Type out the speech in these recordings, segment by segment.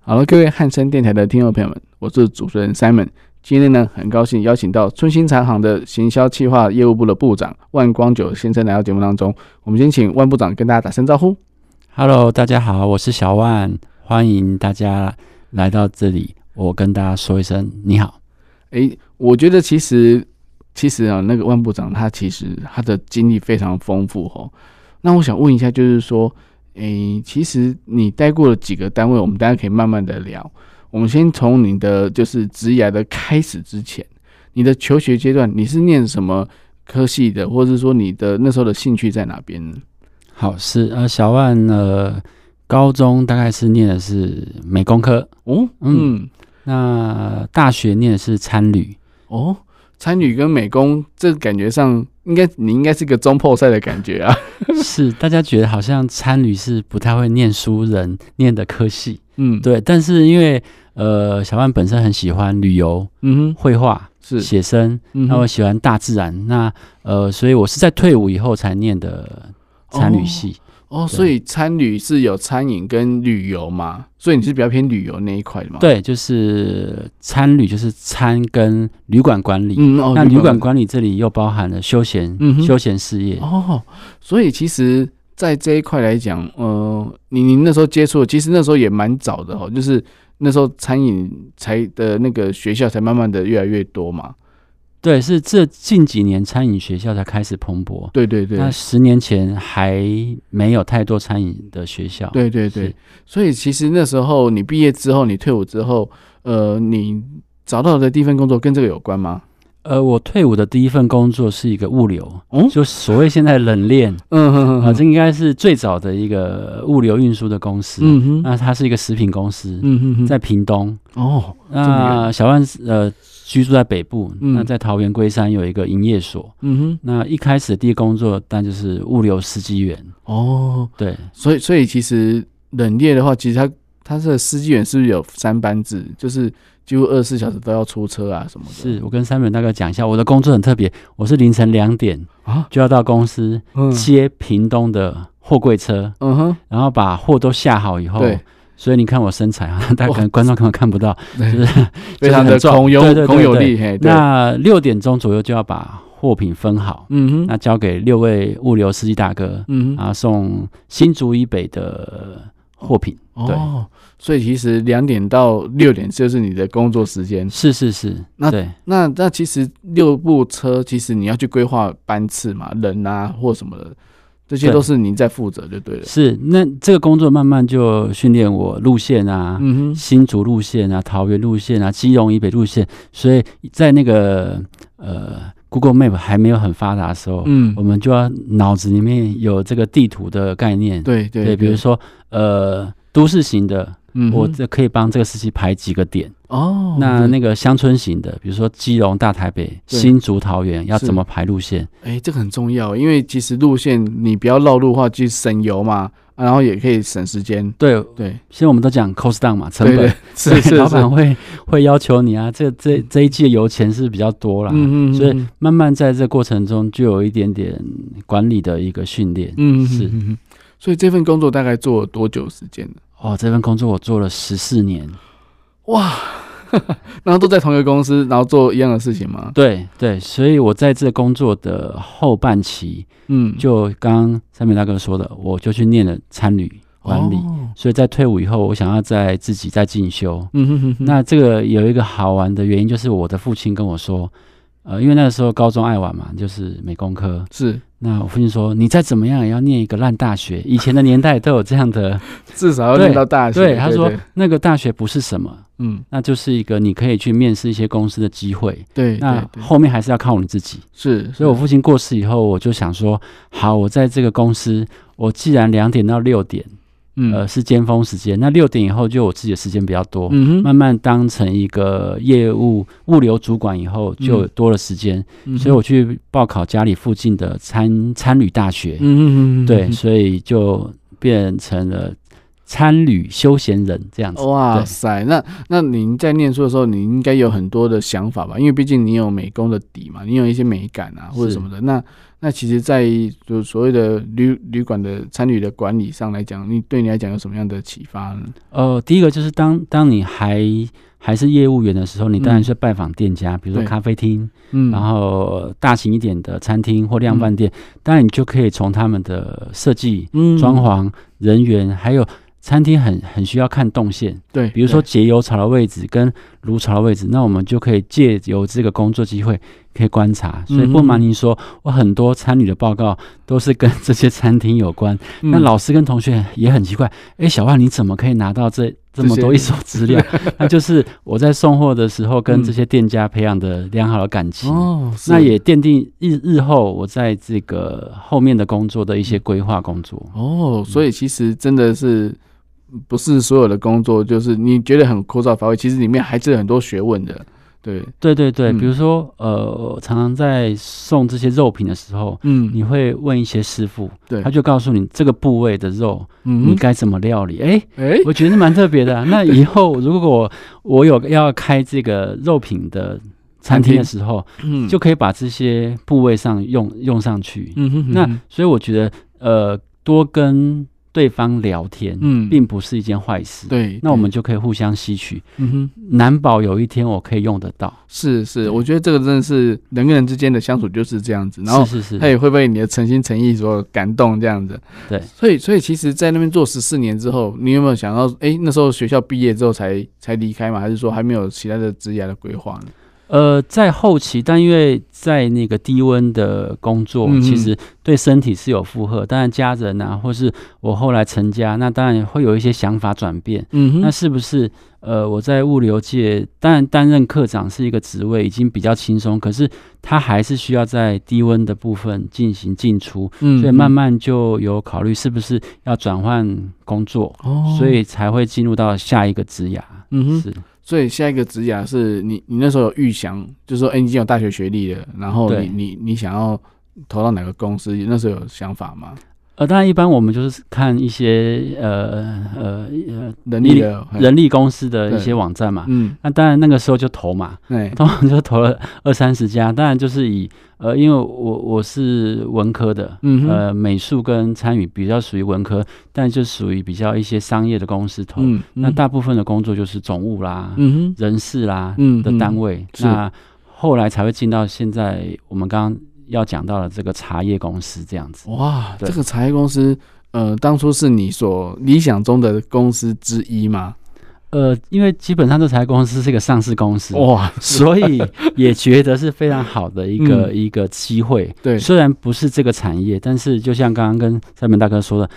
好了，各位汉声电台的听众朋友们，我是主持人 Simon。今天呢，很高兴邀请到春兴茶行的行销企划业务部的部长万光九先生来到节目当中。我们先请万部长跟大家打声招呼。 Hello，大家好，我是小万，欢迎大家来到这里。我跟大家说一声你好。诶、我觉得其实其实啊，那个万部长他其实他的经历非常丰富哦。那我想问一下，就是说，诶、其实你待过了几个单位，我们大家可以慢慢的聊。我们先从你的就是职涯的开始之前，你的求学阶段你是念什么科系的，或者说你的那时候的兴趣在哪边呢？好，是呃，小万呃，高中大概是念的是美工科，哦，嗯，那大学念的是餐 旅，哦，参与跟美工，这感觉上应该你应该是个中破赛的感觉 啊。是大家觉得好像餐旅是不太会念书人念的科系，嗯，，对，但是因为呃，小万本身很喜欢旅游、嗯哼，绘画、是，写生，嗯那我哼，喜欢大自然，那呃，所以我是在退伍以后才念的餐旅系。哦，所以餐旅是有餐饮跟旅游嘛，所以你是比较偏旅游那一块的嘛？，对，就是餐旅，就是餐跟旅馆管理。嗯，哦，那旅馆管理这里又包含了休闲、嗯哼休闲事业。哦，所以其实，在这一块来讲，呃，你你那时候接触，其实那时候也蛮早的哦，就是那时候餐饮才的那个学校才慢慢的越来越多嘛。对，是这近几年餐饮学校才开始蓬勃。对对对，那十年前还没有太多餐饮的学校。对对对是，所以其实那时候你毕业之后，你退伍之后，呃，你找到的第一份工作跟这个有关吗？呃，我退伍的第一份工作是一个物流，哦就所谓现在冷链嗯哼啊、这应该是最早的一个物流运输的公司。嗯哼，那它是一个食品公司，嗯哼哼，在屏东。哦，这么那小万是呃居住在北部，嗯那在桃园龟山有一个营业所。嗯那一开始的第一工作，但就是物流司机员。哼，哦，对，所以所以其实冷冽的话，其实它它的司机员是不是有三班制，就是几乎二十四小时都要出车啊什么的？是我跟三本大哥讲一下，我的工作很特别，我是凌晨两点啊，就要到公司嗯接屏东的货柜车，嗯哼，然后把货都下好以后。 对，所以你看我身材啊， 大家可能哇观众可能看不到， 就是非常的很重孔对有对对孔有对力，嘿，对，那六点钟左右就要把货品分好，嗯哼，那交给六位物流司机大哥，嗯哼，啊，送新竹以北的货品。对哦，所以其实两点到六点就是你的工作时间。是是是，那对那那其实六部车，其实你要去规划班次嘛，人啊或什么的，这些对都是您在负责就对了。是那这个工作慢慢就训练我路线啊，嗯哼，新竹路线啊，桃园路线啊，基隆以北路线。所以在那个呃 Google Map 还没有很发达的时候，我嗯，们就要脑子里面有这个地图的概念。对对比如，说呃都市型的，嗯哼我这可以帮这个司机排几个点。哦，那对那个乡村型的，比如说基隆、大台北、对新竹、桃园，要是怎么排路线？哎、这个很重要，因为其实路线你不要绕路的话，就省油嘛，啊然后也可以省时间。对，对，现在我们都讲 cost down 嘛，成对本， 对，所以是是老是，板会会要求你啊，这这这一季的油钱是比较多啦。嗯嗯，所以嗯慢慢在这过程中就有一点点管理的一个训练。嗯，是嗯嗯嗯所以这份工作大概做了多久时间呢？哦，这份工作我做了十四年，然后都在同一个公司，然后做一样的事情吗？对对，所以我在这工作的后半期，嗯，就刚刚三美大哥说的，我就去念了参旅管理。哦所以在退伍以后，我想要在自己再进修，嗯哼哼哼，那这个有一个好玩的原因，就是我的父亲跟我说，呃，因为那个时候高中爱玩嘛，就是美工科。是那我父亲说，你再怎么样也要念一个烂大学。以前的年代都有这样的， 至少要念到大学。对，他说对那个大学不是什么，嗯，那就是一个你可以去面试一些公司的机会。对，那对对后面还是要靠你自己。是，所以我父亲过世以后，我就想说，好，我在这个公司，我既然两点到六点，嗯呃，是尖峰时间。那六点以后就我自己的时间比较多，嗯慢慢当成一个业务物流主管以后，就嗯有多了时间，哼，所以我去报考家里附近的参参旅大学，嗯嗯嗯，对，嗯所以就变成了参旅休闲人这样子。哇对塞，那那您在念书的时候，你应该有很多的想法吧？因为毕竟你有美工的底嘛，你有一些美感啊或者是什么的。那那其实，在就所谓的旅旅馆的参与的管理上来讲，你对你来讲有什么样的启发呢？呃，第一个就是当当你还还是业务员的时候，你当然嗯是拜访店家，比如说对咖啡厅，嗯然后大型一点的餐厅或量贩店，当然你就可以从他们的设计、嗯装潢、人员，还有餐厅很很需要看动线，对，比如说对节油槽的位置跟炉槽的位置，那我们就可以借由这个工作机会可以观察。嗯所以不瞒您说，我很多参与的报告都是跟这些餐厅有关。那嗯老师跟同学也很奇怪，诶，小万你怎么可以拿到这这么这些多一手 资料？那就是我在送货的时候跟嗯这些店家培养的良好的感情。哦，是那也奠定日日后我在这个后面的工作的一些嗯规划工作。哦，嗯所以其实真的是不是所有的工作就是你觉得很枯燥乏味，其实里面还是有很多学问的。对，对对对，嗯比如说呃，我常常在送这些肉品的时候，嗯，你会问一些师傅，对他，就告诉你这个部位的肉你嗯，该怎么料理。哎、哎，我觉得蛮特别的啊、那以 后如果我有要开这个肉品的餐厅的时候，嗯就可以把这些部位上用用上去。嗯哼哼那哼所以我觉得呃，多跟对方聊天，嗯并不是一件坏事。。对，嗯那我对们就可以互相吸取，嗯哼。难保有一天我可以用得到。是是，对我觉得这个真的是人跟人之间的相处就是这样子，然后是是他是，也会被你的诚心诚意所感动这样子。对所以所以其实，在那边做十四年之后，你有没有想到，哎、那时候学校毕业之后才才离开嘛，还是说还没有其他的职业的规划呢？呃，在后期，但因为在那个低温的工作，嗯嗯其实对身体是有负荷。当然，家人啊，或是我后来成家，那当然会有一些想法转变。嗯那是不是呃，我在物流界，当然担任科长是一个职位，已经比较轻松，可是他还是需要在低温的部分进行进出，嗯所以慢慢就有考虑是不是要转换工作。哦，所以才会进入到下一个职涯。嗯哼，是，所以下一个职业是你你那时候有预想，就是说，哎、你已经有大学学历了，然后你对你你想要投到哪个公司？那时候有想法吗？呃，当然一般我们就是看一些呃呃呃能力的人力公司的哎对一些网站嘛。嗯，那当然那个时候就投嘛， 哎、通常就投了二三十家。当然就是以呃，因为我我是文科的。嗯哼，呃，美术跟参与比较属于文科，但就属于比较一些商业的公司投。嗯，那嗯大部分的工作就是总务啦、嗯哼，人事啦、嗯的单位。是那后来才会进到现在我们刚刚要讲到的这个茶叶公司这样子。哇，对这个茶叶公司，呃，当初是你所理想中的公司之一吗？呃，因为基本上这台公司是一个上市公司，哇，所以也觉得是非常好的一个、一个机会。嗯对，虽然不是这个产业，但是就像刚刚跟三本大哥说的，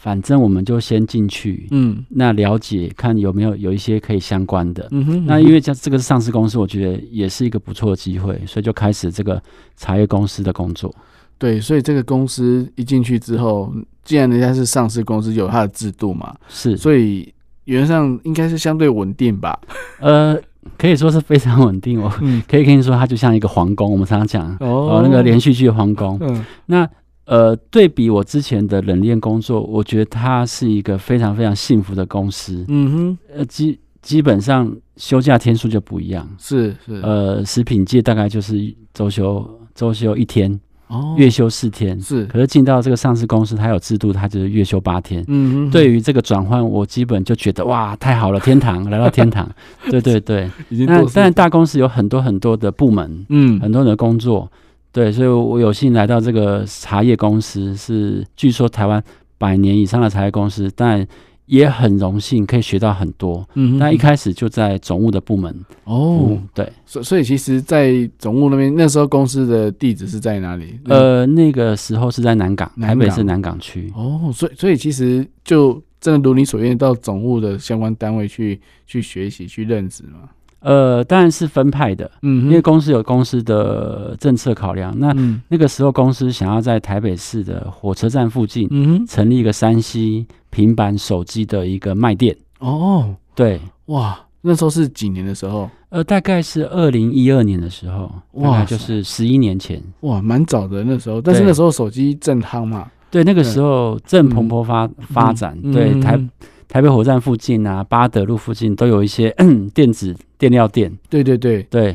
反正我们就先进去，嗯那了解看有没有有一些可以相关的。嗯哼，那因为这这个是上市公司，我觉得也是一个不错的机会，所以就开始这个茶叶公司的工作。对，所以这个公司一进去之后，嗯既然人家是上市公司，有它的制度嘛，是，所以原则上应该是相对稳定吧。呃，可以说是非常稳定。我哦嗯，可以跟你说，它就像一个皇宫，我们常常讲哦哦，那个连续剧《皇宫》嗯那呃，对比我之前的冷链工作，我觉得它是一个非常非常幸福的公司。嗯哼，呃，基基本上休假天数就不一样。是是，呃，食品界大概就是周休周休一天，哦月休四天。是，可是进到这个上市公司，它有制度，它就是月休八天。嗯哼，对，于这个转换，我基本就觉得哇，太好了，天堂来到天堂。 对对对，已经那做事但大公司有很多很多的部门，嗯很多人的工作。对，所以我有幸来到这个茶叶公司，是据说台湾百年以上的茶叶公司，但也很荣幸可以学到很多。嗯哼，那一开始就在总务的部门服务哦，对，所所以其实，在总务那边，那时候公司的地址是在哪里？那个呃，那个时候是在南港，嗯南台北港市南港区。哦，所以所以其实就真的如你所愿，到总务的相关单位去去学习、去任职嘛。呃，当然是分派的，嗯哼，因为公司有公司的政策考量。那嗯那个时候，公司想要在台北市的火车站附近嗯哼，成立一个山西平板手机的一个卖店。哦，对，哇，那时候是几年的时候？呃，大概是二零一二年的时候，大哇概塞就是十一年前。哇，蛮早的那时候，但是对那时候手机正夯嘛，对，那个对时候正蓬勃发、发展，嗯对嗯台台北火车站附近啊、八德路附近都有一些嗯电子电料店。对对对，对，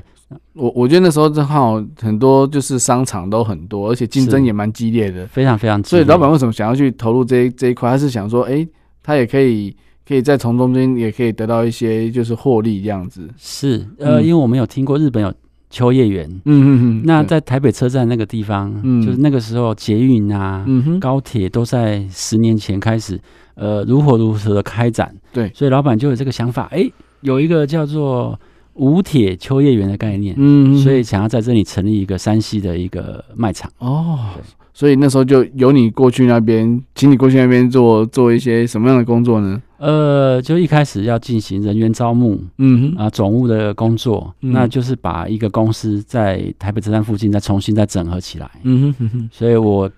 我我觉得那时候正好很多就是商场都很多，而且竞争是也蛮激烈的，非常非常激所烈。以老板为什么想要去投入这一这一块？他是想说，哎、他也可以可以在从中间也可以得到一些就是获利这样子。是呃，嗯因为我们有听过日本有秋叶原，嗯嗯嗯。那对在台北车站那个地方，嗯就是那个时候捷运啊、嗯哼高铁都在十年前开始，呃，如火如荼的开展。对所以老板就有这个想法，诶，有一个叫做五铁秋叶原的概念，嗯，嗯所以想要在这里成立一个山西的一个卖场。哦对，所以那时候就由你过去那边，请你过去那边做做一些什么样的工作呢？呃，就一开始要进行人员招募嗯哼，啊、总务的工作，嗯那就是把一个公司在台北车站附近再重新再整合起来。嗯哼嗯哼，所以我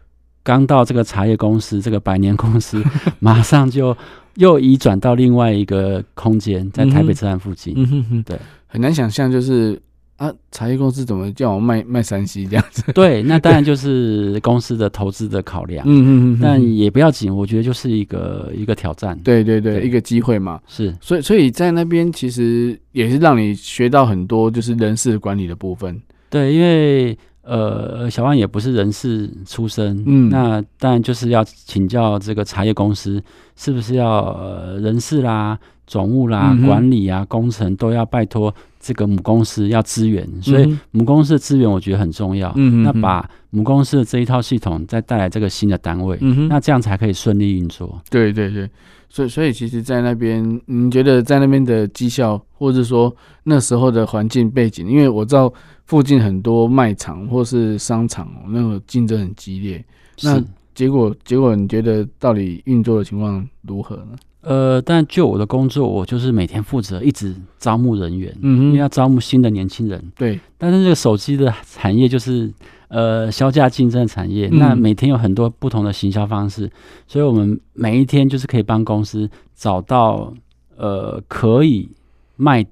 刚到这个茶叶公司，这个百年 公司，马上就又移转到另外一个空间，在台北车站附近。嗯哼哼，对，很难想象就是啊，茶叶公司怎么叫我卖卖山西这样子？对，那当然就是公司的投资的考量，嗯嗯但也不要紧，我觉得就是一个一个挑战。，对对对，对一个机会嘛。是所以所以在那边其实也是让你学到很多就是人事管理的部分。对，因为。呃，小万也不是人事出身，嗯那当然就是要请教这个茶叶公司是不是要呃人事啦、总务啦、嗯哼管理啊、工程都要拜托这个母公司要支援，所以嗯哼母公司的资源我觉得很重要。嗯哼那把母公司的这一套系统再带来这个新的单位，嗯哼，那这样才可以顺利运作。对对对，所以所以其实，在那边，你觉得在那边的绩效，或者说那时候的环境背景，因为我知道附近很多卖场或是商场哦，那个竞争很激烈。那是结果结果，你觉得到底运作的情况如何呢？呃，但就我的工作，我就是每天负责一直招募人员，嗯哼因为要招募新的年轻人。对，但是这个手机的产业就是呃销价竞争的产业，嗯那每天有很多不同的行销方式，所以我们每一天就是可以帮公司找到呃可以卖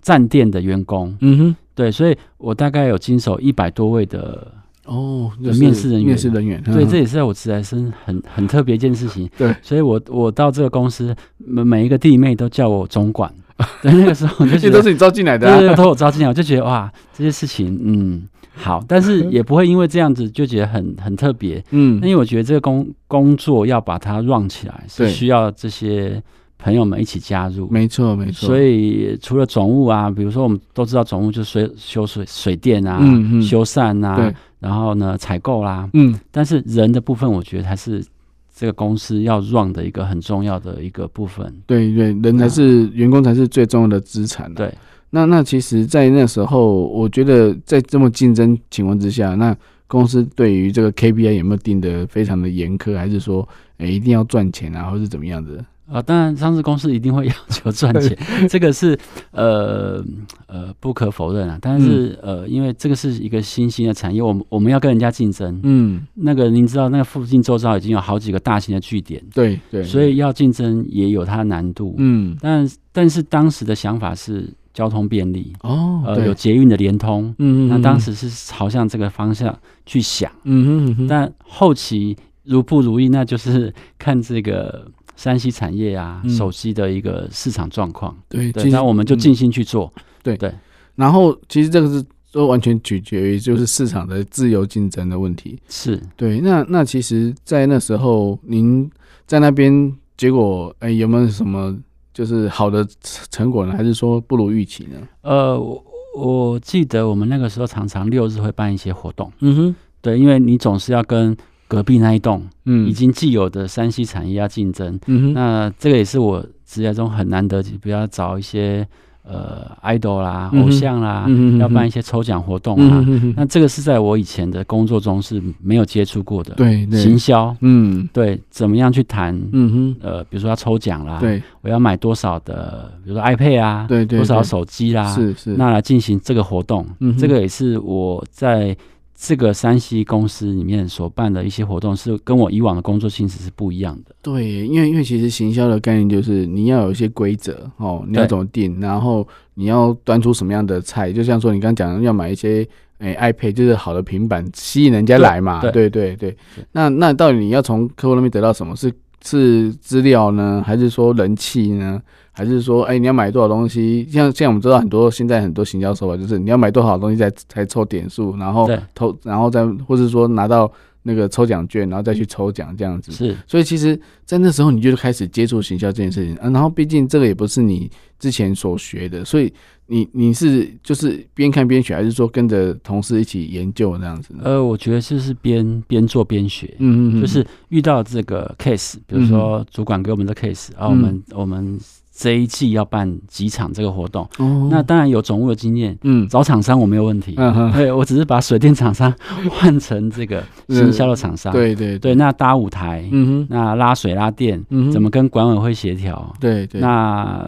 站店的员工。嗯哼，对，所以我大概有经手一百多位的，哦，就是面试人员面试人员，对，嗯这也是在我职来生很很特别一件事情。 对，所以我我到这个公司，每每一个弟妹都叫我 总管。对，那个时候我就 觉这得都，是你招进来的、对啊，对，对都我招进来，我就觉得哇，这些事情，嗯，好，但是也不会因为这样子就觉得很很特别。嗯那因为我觉得这个工工作要把它 run 起来，是对需要这些朋友们一起加入。没错没错，所以以除了总务啊，比如说我们都知道总务就是水修水水电啊、嗯嗯修缮啊对，然后呢采购啦，嗯但是人的部分，我觉得还是这个公司要 run 的一个很重要的一个部分。对对，人才是、员工才是最重要的资产、啊。啊对，那那其实，在那时候，我觉得在这么竞争情况之下，那公司对于这个 KPI 有没有定的非常的严苛，还是说，哎、一定要赚钱啊，或是怎么样的？啊、当然上市公司一定会要求赚 钱，这个是呃呃不可否认啊。但是、嗯呃，因为这个是一个新兴的产业，我们我们要跟人家竞争。嗯，那个您知道，那个附近周遭已经有好几个大型的据点，对对，所以，要竞争也有它的难度。嗯，但但是当时的想法是交通便利，哦，呃，对有，捷运的连通，嗯，嗯那嗯当时是朝向这个方向去想。嗯嗯嗯，但后期如不如意，那就是 看这个山西产业啊、嗯手机的一个市场状况。对，其对，实那我们就嗯尽心去做。然后其实这个是都完全取决于就是市场的自由竞争的问题。是，对，那那其实，在那时候，您在那边，结果哎、有没有什么就是好的成成果呢？还是说不如预期呢？呃，我我记得我们那个时候常常六日会办一些活动，嗯哼，对，因为你总是要跟隔壁那一栋嗯，已，经既有的山西产业要竞争，嗯哼，那这个也是我职业中很难得，比较找一些呃 idol 啦、嗯哼偶像啦，嗯要办一些些抽奖活动啊。嗯那这个是在我以前的工作中是没有接触过的。，对行对，销嗯对，怎么样去谈？嗯呃，比如说要抽奖啦，哼，，对我要买多少的，比如说 iPad 啊，对对，多少对手机啦，是是，那来进行这个活动。嗯哼这个也是我在这个山西公司里面所办的一些活动，是跟我以往的工作性质是不一样的。对，因为因为其实行销的概念就是你要有一些规则哦，你要对怎么定，然后你要端出什么样的菜，就像说你刚刚讲的要买一些诶、iPad 就是好的平板吸引人家对来嘛，对对对对。那那到底你要从客户那边得到什么是？是资料呢，还是说人气呢，还是说哎、你要买多少东西？像像我们知道很多现在很多行销手法就是你要买多少东西才才抽点数，然后对抽然后再或是说拿到那个抽奖券，然后再嗯去抽奖这样子。是所以其实，在那时候你就开始接触行销这件事情，啊、然后毕竟这个也不是你之前所学的，所以你你是就是边看边学，还是说跟着同事一起研究那样子呢？呃，我觉得就是边边做边学。嗯就是遇到这个 case，比如说主管给我们的 case，啊、我嗯们我们这一季要办几场这个活动，哦那当然有总务的经验，嗯找厂商我没有问题，嗯哼，对我只是把水电厂商换成这个行销的厂商，嗯对对对，，那搭舞台，嗯哼，那拉水拉电，嗯哼，怎么跟管委会协调？对对，那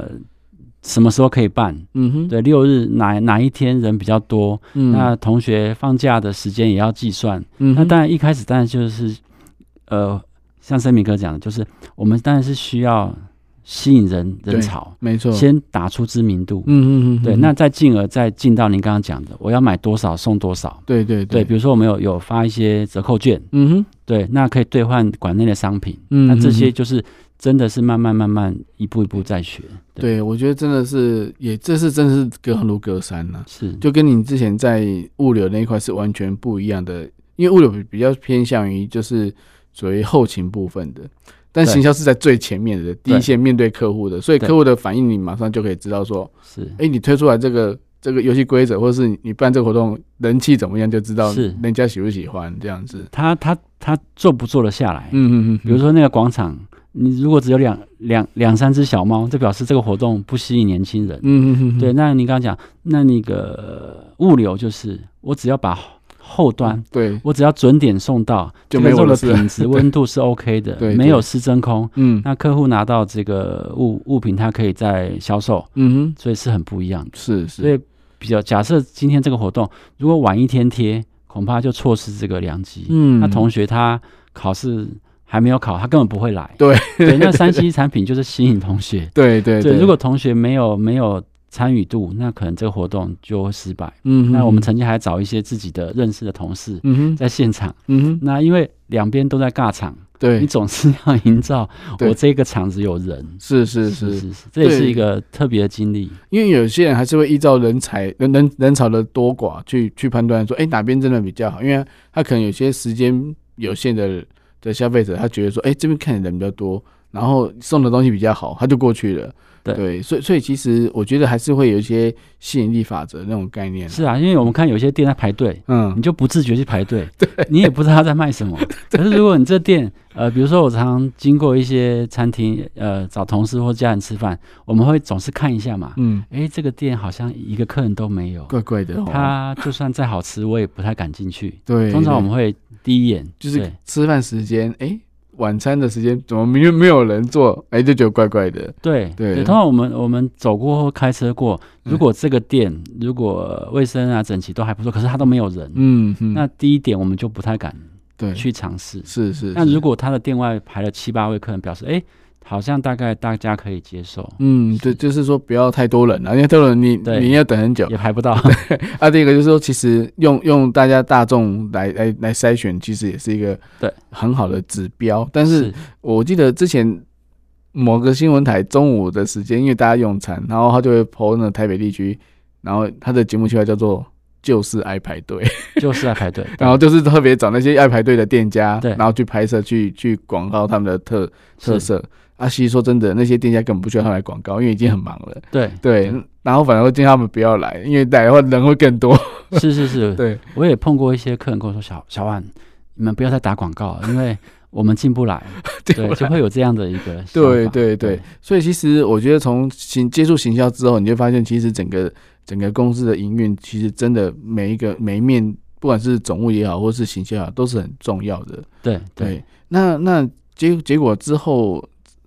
什么时候可以办？嗯哼，对，六日哪哪一天人比较多？嗯，那同学放假的时间也要计算。嗯哼那当然一开始当然就是，呃，像森明哥讲的，就是我们当然是需要吸引人对人潮，没错，先打出知名度。嗯嗯嗯，对，嗯那再进而再进到您刚刚讲的，我要买多少送多少。对对对，比，如说我们有有发一些折扣券，嗯哼，对，那可以兑换馆内的商品。嗯，那这嗯些嗯就是真的是慢慢慢慢一步一步在学，对我觉得真的是也这是真是隔行如隔山了。是就跟你之前在物流那一块是完全不一样的，因为物流比比较偏向于就是属于后勤部分的，但对行销是在最前面的，第一线面对客户的，所以对客户的反应你马上就可以知道说，是哎、你推出来这个这个游戏规则，或者是你你办这个活动人气怎么样，就知道是人家喜不喜欢这样子。他他他做不做得下来？嗯嗯嗯，比如说那个广场，你如果只有两两两三只小猫，这表示这个活动不吸引年轻人。嗯，嗯嗯嗯，对，那您刚刚讲，那那个呃物流就是我只要把后端。对，我只要准点送到，嗯就这个没我肉的的事了品质、温度是 OK 的，对对没有失真空。嗯那客户拿到这个物物品，他可以再销售，嗯哼，所以是很不一样的。是所是，以比较假设今天这个活动如果晚一天贴，恐怕就错失这个良机。嗯那同学他考试还没有考，他根本不会来。对对，那三 C 产品就是吸引同学。对对对，如果同学没有没有参与度，那可能这个活动就会失败。嗯哼，那我们曾经还找一些自己的认识的同事嗯哼在现场，嗯哼，那因为两边都在尬场，你对，总是要营造对我这个场子有人。是是是是是，这也是对一个特别的经历。因为有些人还是会依照人才人人人潮的多寡去去判断说，哎、哪边真的比较好？因为他可能有些时间有限的的消费者，他觉得说，哎、这边看的人比较多，然后送的东西比较好，他就过去了。对所以所以其实我觉得还是会有一些吸引力法则那种概念啊。是啊，因为我们看有些店在排队，你嗯，就不自觉去 排队，你也不知道他在卖什么。可是如果你这店，呃，比如说我常常经过一些餐厅，呃，找同事或家人吃饭，我们会总是看一下嘛。嗯，诶，这个店好像一个客人都没有，怪怪的哦。他就算再好吃，我也不太敢进去。对，通常我对们会第一眼就是对吃饭时间，哎、晚餐的时间怎么明明没有人做，哎、就觉得怪怪的。对对嗯通常我们我们走过或开车过，如果这个店如果卫生啊整齐都还不错，可是他都没有人，嗯嗯，那第一点我们就不太敢对，去尝试。是是。那是如果他的店外排了七八位客人，表示哎、诶好像大概大家可以接受，嗯，对，就是说不要太多人了、啊因为太多人你对你要等很久也排不 到。啊。第一个就是说，其实用用大家大众来来来筛选，其实也是一个对很好的指标。但是我记得之前某个新闻台中午的时间，因为大家用餐，然后他就会 PO 那台北地区，然后他的节目计划叫做。就是爱排队，是就是在排队，然后就是特别找那些爱排队的店家，对然后去拍摄、去去广告他们的特特是，色。阿西说真的，那些店家根本不需要他来广告，因为已经很忙了。对对，然后反而会建议他们不要来，因为来的话人会更多。是是是，对，我 也碰过一些客人跟我说，小小万，你们不要再打广告了，因为我们进不来。对对，我就来会有这样的一个想对法对对，所以其实我觉得从行接触行销之后，你就发现其实整个整个公司的营运，其实真的每一个每一面，不管是总务也好，或是行销也好，都是很重要的。对对对，那那结结果之后，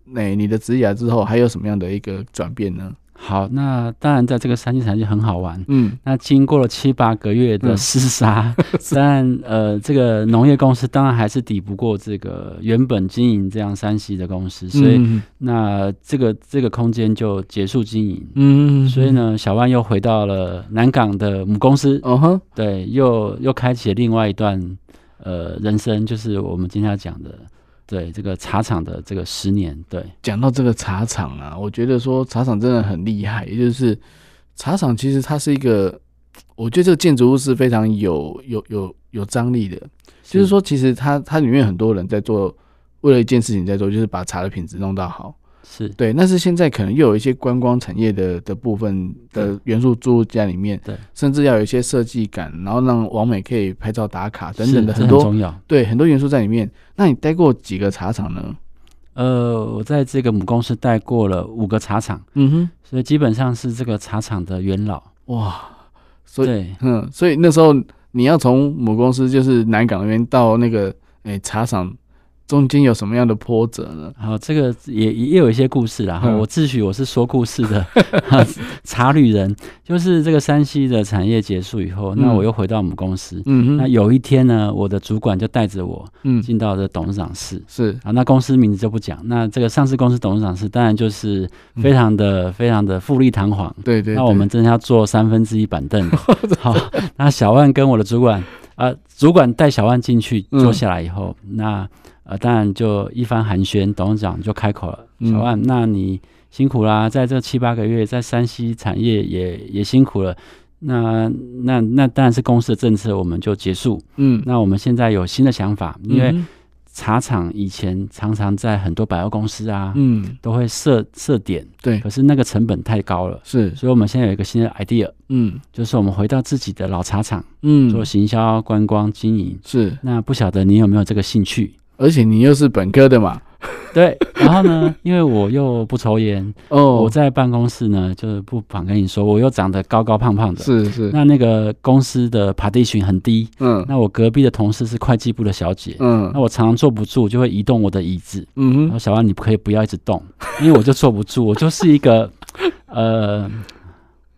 那、你的职涯之后还有什么样的一个转变呢？好，那当然在这个三 D 产业很好玩。嗯，那经过了七八个月的嗯 厮杀，但呃，这个农业公司当然还是抵不过这个原本经营这样山西的公司，所以、嗯那这个这个空间就结束经营。嗯，所以，呢，小万又回到了南港的母公司，嗯哼，对，又又开启了另外一段呃人生，就是我们今天要讲的，对这个茶厂的这个十年，对，讲到这个茶厂啊，我觉得说茶厂真的很厉害，也就是茶厂其实它是一个，我觉得这个建筑物是非常有有有有张力的。就是说，其实它它里面很多人在做，为了一件事情在做，就是把茶的品质弄到好。是对，但是现在可能又有一些观光产业的的部分的元素注入在里面，对，甚至要有一些设计感，然后让网美可以拍照打卡等等的是这很很多，重要。对，很多元素在里面。那你待过几个茶厂呢？呃，我在这个母公司带过了五个茶厂，嗯所以基本上是这个茶厂的元老。哼，哇，所以对，嗯，所以那时候你要从母公司就是南港那边到那个诶、茶厂，中间有什么样的波折呢？好，这个也也有一些故事啦。哈嗯我自诩我是说故事的哈茶旅人，就是这个山西的产业结束以后，那嗯我又回到母公司。嗯那哼，有一天呢，我的主管就带着我嗯，进到这董事长室。是，啊，那公司名字就不讲。那这个上市公司董事长室当然就是嗯非常的、非常的富丽堂皇。对对那我对们真的要坐三分之一板 凳。好，那小万跟我的主管，啊，主管带小万进去嗯坐下来以后，那呃，当然就一番寒暄，董事长就开口了：“嗯小万，那你辛苦啦，在这七八个月，在山西产业也也辛苦了。那那那当然是公司的政策，我们就结束。嗯，那我们现在有新的想法，因为嗯哼茶厂以前常常在很多百货公司啊，嗯，都会设设点，对，可是那个成本太高了，是，所以我们现在有一个新的 idea，嗯就是我们回到自己的老茶厂嗯，做行销、观光经营。是，那不晓得你有没有这个兴趣？ 而且你又是本科的嘛，对，然后呢，因为我又不抽烟，哦，我在办公室呢，就是不妨跟你说，我又长得高高胖胖的，是是，那那个公司的 partition 很低，嗯那我隔壁的同事是会计部的小姐，那嗯我常常坐不住，就会移动我的椅子，嗯然后哼，小万，你可以不要一直动， 因为我就坐不住，我就是一个呃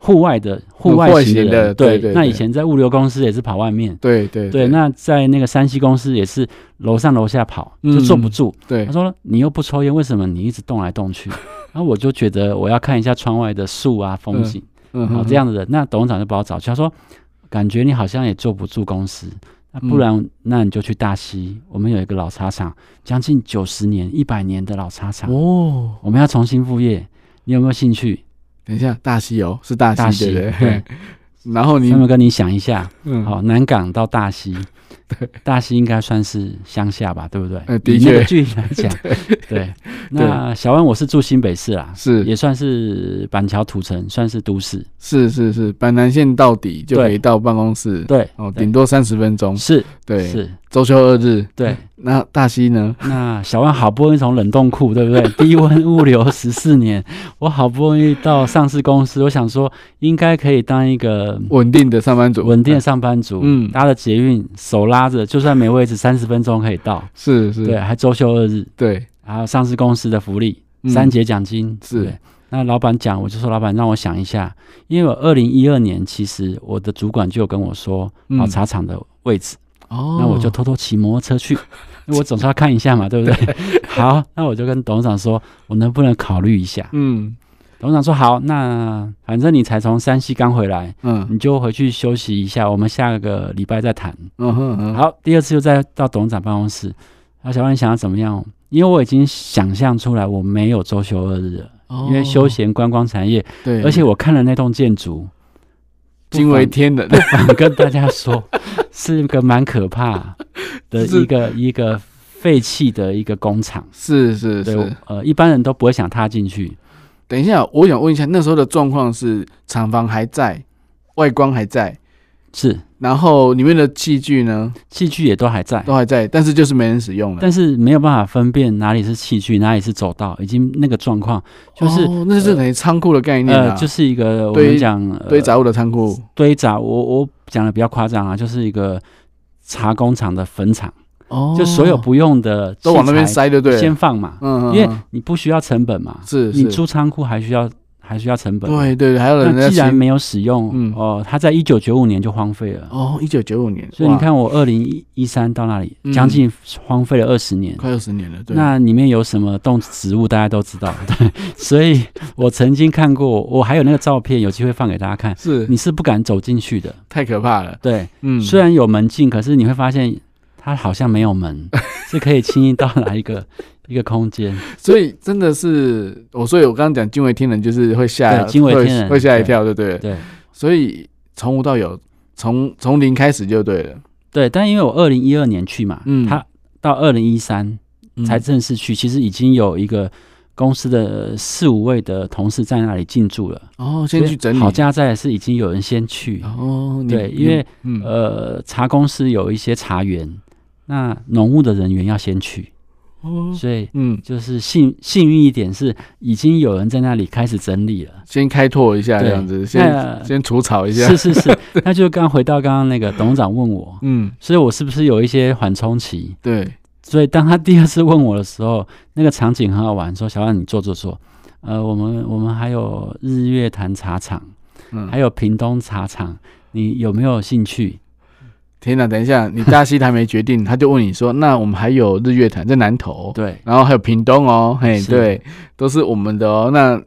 户外的户户外外型的型人的对对对那对以前在物流公司也是跑外面，对对对，那在那个山西公司也是楼上楼下跑，就坐不住。嗯对他，说你又不抽烟，为什么你一直动来动 去？然后我就觉得我要看一下窗外的树啊风景，嗯好哼这，样的人。那董事长就把我找去，他说感觉你好像也坐不住公司。那嗯不然，那你就去大溪，我们有一个老茶厂，将近九十年、一百年的老茶厂。哦，我们要重新副业，你有没有兴趣？等一下，大西游是大大西溪，对不对？ 然后你那么跟你想一下，嗯好，南港到 大溪，大溪应该算是乡下吧，对不对？呃的以那个确距离来 讲，对。那小万我是住新北市啦，是也算是板桥土城，算是都市，是是是，板南线到底就可以对到办公室，对，哦，对顶多三十分钟，是对，是，周休二日。对。那大西呢？那小万好不容易从冷冻库，对不对？ 低温物流十四年，我好不容易到上市公司，我想说应该可以当一个稳定的上班族，稳定的上班族，嗯搭了捷运，手拉着，就算没位置，三十分钟可以到，是是，对，还周休二日，对，还有上市公司的福利，嗯三节奖金，是对。那老板讲，我就说老板让我想一下，因为我二零一二年其实我的主管就有跟我说嗯老茶厂的位置，哦，那我就偷偷骑摩托 车去，因为我总是要看一下嘛，对不对？好，那我就跟董事长说，我能不能考虑一下？嗯董事长说好，那反正你才从山西刚回来，嗯你就回去休息一下，我们下个礼拜再谈。嗯哼嗯，好，第二次又再到董事长办公室，那小万你想要怎么样？因为我已经想象出来我没有周休二日了，哦，因为休闲观光产业，对，而且我看了那栋建筑，惊为天人，不妨跟大家 说，是一个蛮可怕的是一个一个废弃的一个工厂。是是对是。，呃，一般人都不会想踏进去。等一下，我想问一下，那时候的状况是厂房还在，外观还在，是然后里面的器具呢器具也都还在，都还在，但是就是没人使用了。但是没有办法分辨哪里是器具，哪里是走道，已经那个状况就是、哦那是等于仓库的概念啊，呃，就是一个我堆们讲、呃、堆杂物的仓库。堆杂，我我讲的比较夸张啊，就是一个茶工厂的坟场，哦就所有不用的都往那边器材塞，就对了。先放嘛，嗯，嗯因为嗯你不需要成本嘛，是你是，租仓库还需要还需要成本嘛，对对，还有人那在既然清没有使用，嗯哦，它在一九九五年就荒废了，哦，一九九五年，所以你哇看我二零一三到那里，嗯将近荒废了二十年。快二十年了，对，那里面有什么动植物，大家都知道。 对，所以我曾经看过，我还有那个照片，有机会放给大家看。是你是不敢走进去的，太可怕了。对。嗯，虽然有门禁，可是你会发现它好像没 有门，是可以轻易到达一个 一个空间。所以真的是我，所以我刚刚讲惊为天人，就是会吓，对惊为天人会会吓一跳，对不对？对所以从无到有，从从零开始就对了，对，但因为我二零一二年去嘛，嗯它到二零一三嗯才正式去，其实已经有一个公司的四五位的同事在那里进驻了。哦，先去整理好家在是已经有人先去，哦，你对你因为嗯呃，茶公司有一些茶园，那农务的人员要先去，哦所以嗯，就是幸幸运一点是已经有人在那里开始整理了。先开拓一下对这样子，先那先除草一下，是是 是，那就刚回到刚刚那个董事长问我，嗯，所以我是不是有一些缓冲期？对，所以当他第二次问我的时候，那个场景很好玩，说小万你坐坐坐，呃，我们我们还有日月潭茶厂，嗯还，有屏东茶厂，你有没有兴趣？天哪，等一 下，你大西还没决定，他就问你说，那我们还有日月潭在南投，对，然后还有屏东哦，嘿，是对，都是我们的哦。那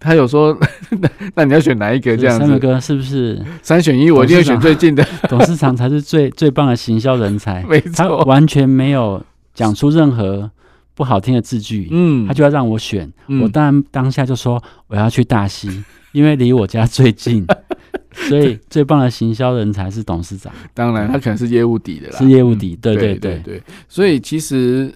他有说， 那那你要选哪一个这样三位子？哥是不是三选一，我一定会董事选长最 近的，董事长才是最 最棒的行销人才？没他错。完全没有讲出任何不好听的字句，嗯，他就要让我选。嗯我当然当下就说我要去大溪，因为离我家 最近。所以最棒的行销人才是董事长，当然，他可能是业务底的啦，是业务底。嗯。对对对对，所以其实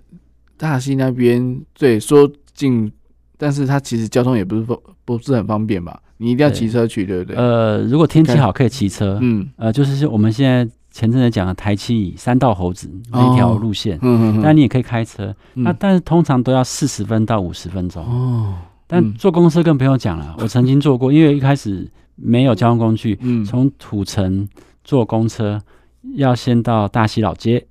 大溪那边对说近，但是它其实交通也不是方不是很方便吧？你一定要对骑车去，对不对？呃，如果天气看好可以骑车，嗯呃，就是我们现在前阵子讲的台七三道猴子那条哦路线，嗯嗯那、嗯，你也可以开车，嗯那但是通常都要四十分到五十分钟。哦，嗯但坐公车更不用讲了，我曾经坐过，因为一开始没有交通工具，嗯，从土城坐公车要先到大溪老街，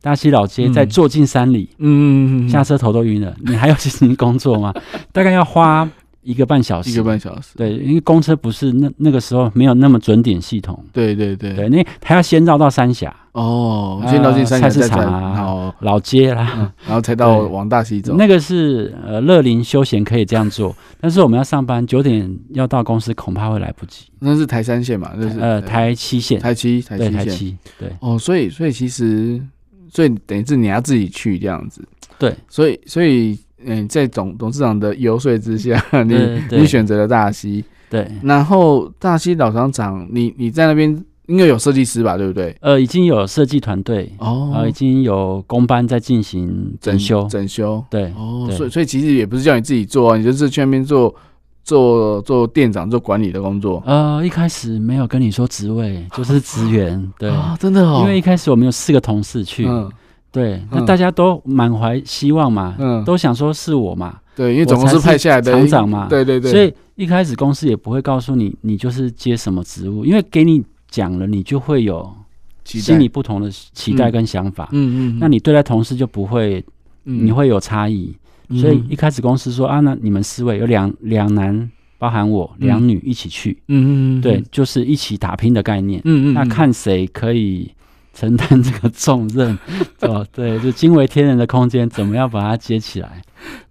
大溪老街嗯再坐进山里，嗯嗯嗯嗯下车头都晕了。你还要进行工作吗？大概要花一个半小时。一个半小时，对，因为公车不是那那个时候没有那么准点系统，对对对对，那它要先绕到三峡哦，啊先到进山菜脚市再场转，啊然后老街啦。然后才到对往大溪走。那个是呃乐龄休闲可以这样做，但是我们要上班九点要到公司恐怕会来不及。那是台山线嘛，就是呃台七线，台七台对七台线。七，对哦，所以所以其实，所以等于是你要自己去这样子。对，所以所以嗯，在董董事长的游说之下，你对对你选择了大溪，对，然后大溪老厂长，你你在那边应该有设计师吧，对不对？呃已经有设计团队，哦呃已，经有工班在进行整修，整修。对哦，对所以所以其实也不是叫你自己做啊，你就是去那边做做做店长、做管理的工作。呃一开始没有跟你说职位，就是职员，对。啊，真的哦，因为一开始我们有四个同事去，嗯对，嗯那大家都满怀希望嘛，嗯，都想说是我嘛，对，因为我总公才司是派下来的厂一长嘛对对对，所以一开始公司也不会告诉你你就是接什么职务，因为给你讲了，你就会有期待心里不同的期嗯待跟想法，嗯嗯，那你对待同事就不会，嗯你会有差异。嗯所以一开始公司说啊，那你们四位有两两男，包含我嗯两女一起去，嗯嗯嗯对，就是一起打拼的概念。嗯嗯，那嗯看谁可以承担这个重任， 哦，对，就惊为天人的空间，怎么样把它接起来？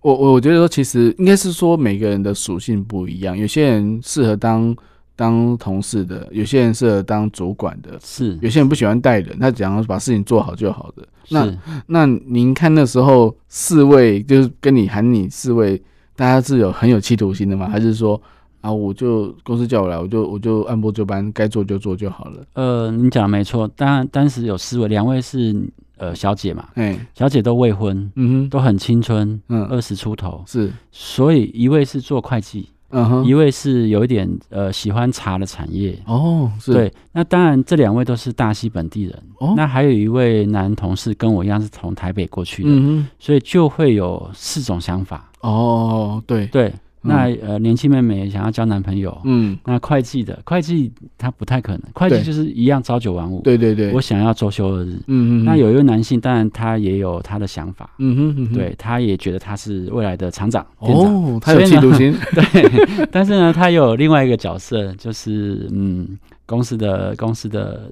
我我我觉得说，其实应该是说每个人的属性不一样，有些人适合当当同事的，有些人适合当主管的。是有些人不喜欢带人，他只要把事情做好就好的。那是，那您看那时候四位就是跟你喊你四位，大家是有很有企图心的吗？还是说啊，我就公司叫我来，我就我就按部就班，该做就做就好了？呃，你讲得没错，当然当时有四位，两位是呃小姐嘛，哎、小姐都未婚，嗯哼，都很青春，嗯二十出头，是所以一位是做会计，嗯哼，一位是有一点呃喜欢茶的产业。哦，是，对，那当然这两位都是大溪本地人。哦那还有一位男同事跟我一样是从台北过去的，嗯所以就会有四种想法。哼，哦，对，对，那、呃年轻妹妹想要交男朋友，嗯，那会计的会计他不太可能，会计对就是一样朝九晚五。对对对，我想要周休二日。嗯嗯，那有一位男性，当然他也有他的想法，嗯哼，嗯哼，对，他也觉得他是未来的厂长、店长，哦，他有企图心， 对。但是呢，他有另外一个角色，就是嗯，公司的公司的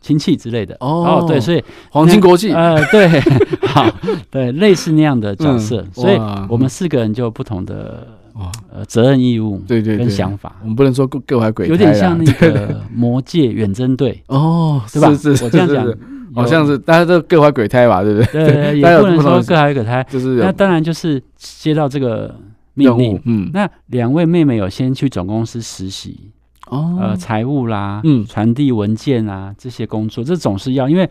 亲戚之类的。哦对，所以皇亲国戚， 呃，对，好，对，类似那样的角色，嗯所以哇我们四个人就有不同的哇，呃责任义务对对跟对，想法我，们不能说各各怀鬼胎啊有啦，点像那个魔界远征队， 哦，对吧？是是，我这样是讲是，好像是大家都各怀鬼胎吧，对 不对？有。对，大家也有不能不同说的各怀各胎。就是那有当然就是接到这个任命务令，，嗯，那两位妹妹有先去总公司实习，呃，哦，财务啦，嗯传递文件啊这些工作，这总是要，因为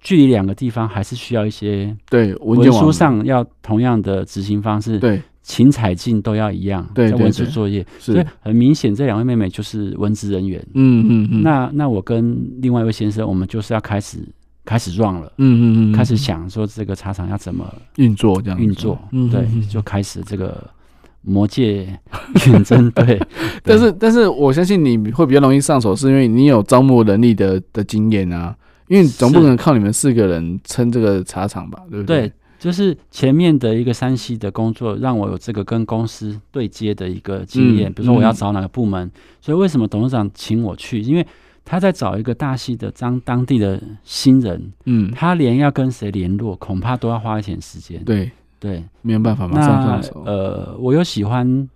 距离两个地方还是需要一些对，文文件网书上要同样的执行方式，对勤采进都要一样，对在对文书对作业，所以是，很明显这两位妹妹就是文职人员。嗯嗯嗯，那那我跟另外一位先生，我们就是要开始开始 run 了。嗯嗯嗯，开始想说这个茶厂要怎么运作这样子运作，嗯，对嗯，嗯就开始这个魔界 远征队。但是但是我相信你会比较容易上手，是因为你有招募人力的的经验啊。因为你总不是能靠你们四个人撑这个茶厂吧，对不对，就是前面的一个山西的工作，让我有这个跟公司对接的一个经验。嗯比如说我要嗯找哪个部门，所以为什么董事长请我去？因为他在找一个大溪的当当地的新人，嗯，他连要跟谁联络，恐怕都要花一点时间。对，对，没有办法马上那上手。呃，我又喜欢，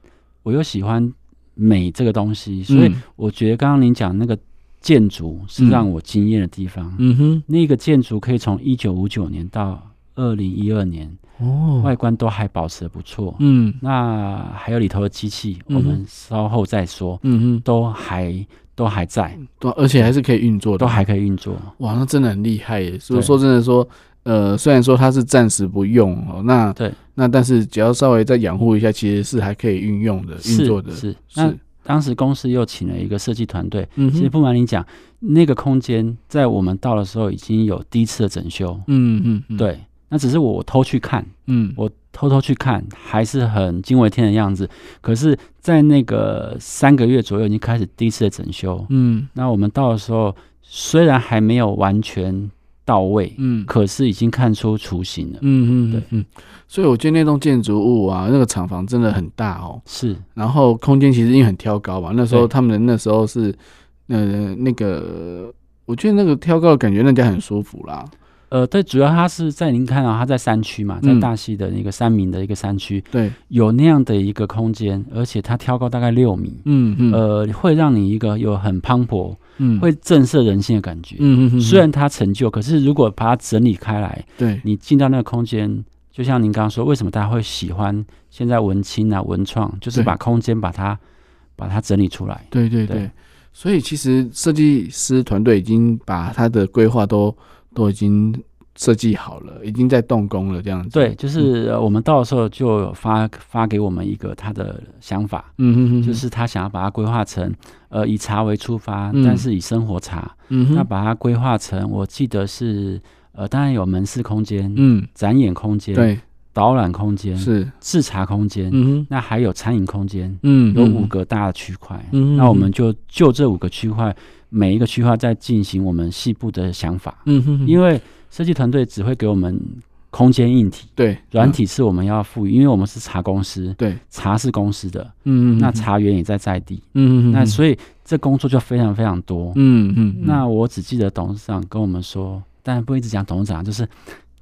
我又喜欢美这个东西，所以嗯我觉得刚刚您讲那个建筑是嗯让我惊艳的地方。嗯哼，那个建筑可以从一九五九年到二零一二年，哦，外观都还保持的不错。嗯那还有里头的机器，嗯哼我们稍后再说，嗯都还都还在，哼，对，而且还是可以运作的，都还可以运作。哇，那真的很厉害耶！所以对说真的说，呃，虽然说它是暂时不用哦，那对，那但是只要稍微再养护一下，其实是还可以运用的、运是作的，是。那是，当时公司又请了一个设计团队，嗯其实哼，不瞒你讲，那个空间在我们到的时候已经有第一次的整修。嗯嗯嗯，，对，那只是我偷去看，嗯，我偷偷去看，还是很惊为天人的样子。可是，在那个三个月左右已经开始第一次的整修。嗯那我们到的时候，虽然还没有完全到位，嗯。可是已经看出雏形了。嗯嗯，对嗯嗯，所以我觉得那栋建筑物啊，那个厂房真的很大哦，是然后空间其实因为很挑高嘛，那时候对他们那时候是，呃，那个我觉得那个挑高的感觉让人家很舒服啦，呃，对，主要它是在您看到、啊它在山区嘛，在嗯大溪的那个山民的一个山区，对，有那样的一个空间，而且它挑高大概六米，嗯嗯，呃，会让你一个有很磅礴、嗯，呃会震慑人心的感觉。嗯，嗯嗯嗯，虽然它陈旧，可是如果把它整理开来，对，你进到那个空间，就像您刚刚说，为什么大家会喜欢现在文青啊、文创，就是对把空间把它把它整理出来。对对对对，所以其实设计师团队已经把他的规划都都已经设计好了，已经在动工了这样子。对，就是呃我们到的时候就有发发给我们一个他的想法，嗯嗯嗯，就是他想要把它规划成，呃，以茶为出发，嗯但是以生活茶，嗯那哼把它规划成，我记得是呃，当然有门市空间、嗯，展演空间、对，导览空间、是，制茶空间，嗯哼，那还有餐饮空间，嗯，有五个大的区块，嗯那我们就就这五个区块，每一个区块再进行我们细部的想法，嗯，嗯哼，因为为设计团队只会给我们空间硬体，对嗯软，体是我们要赋予，因为我们是茶公司，对，茶是公司的，嗯嗯，那，茶园也在在地，嗯嗯，那所以这工作就非常非常多。嗯嗯，那我只记得董事长跟我们说，当然不一直讲董事长，就是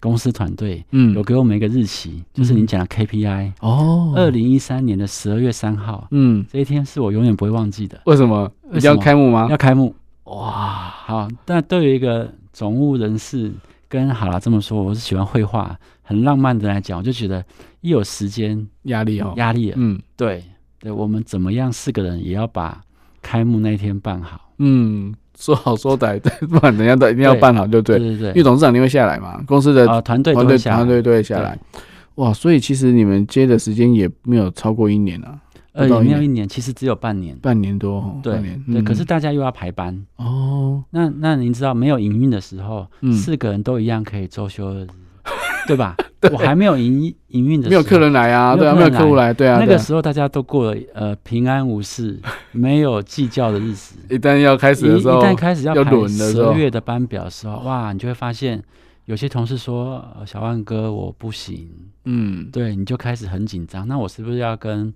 公司团队嗯有给我们一个日期，就是您讲的 KPI，哦，二，零一三年的十二月三号。嗯，这一天是我永远不会忘记的，为什么你要开幕吗要？开幕。啊哇，好！但对于一个总务人士跟好了这么说，我是喜欢绘画，很浪漫的来讲，我就觉得一有时间压力哦，压力了。啊嗯对对，我们怎么样四个人也要把开幕那一天办好。嗯，说好说歹， 不然人家都一定要办好，对不对？对对因为对，董事长你会下来嘛，公司的啊，团队团都队会下来团队都会下来。哇，所以其实你们接的时间也没有超过一年啊。不呃，也到一没有年一年，其实只有半年。半年多哦，对半年，对，嗯可是大家又要排班。哦，那那您知道没有营运的时候，嗯四个人都一样可以周休二日，对吧？我还没有营营运的时候，没有客人来啊，没对有啊，客没有人客户来，对啊，那对个啊时候大家都过了呃平安 无事、没有计较的日子。一旦要开始一的一时候，旦开始要要排轮的时候十月的班表的时候，哇，你就会发现有些同事说：“呃小万哥，我不行。嗯”，对，你就开始很紧张。那我是不是要跟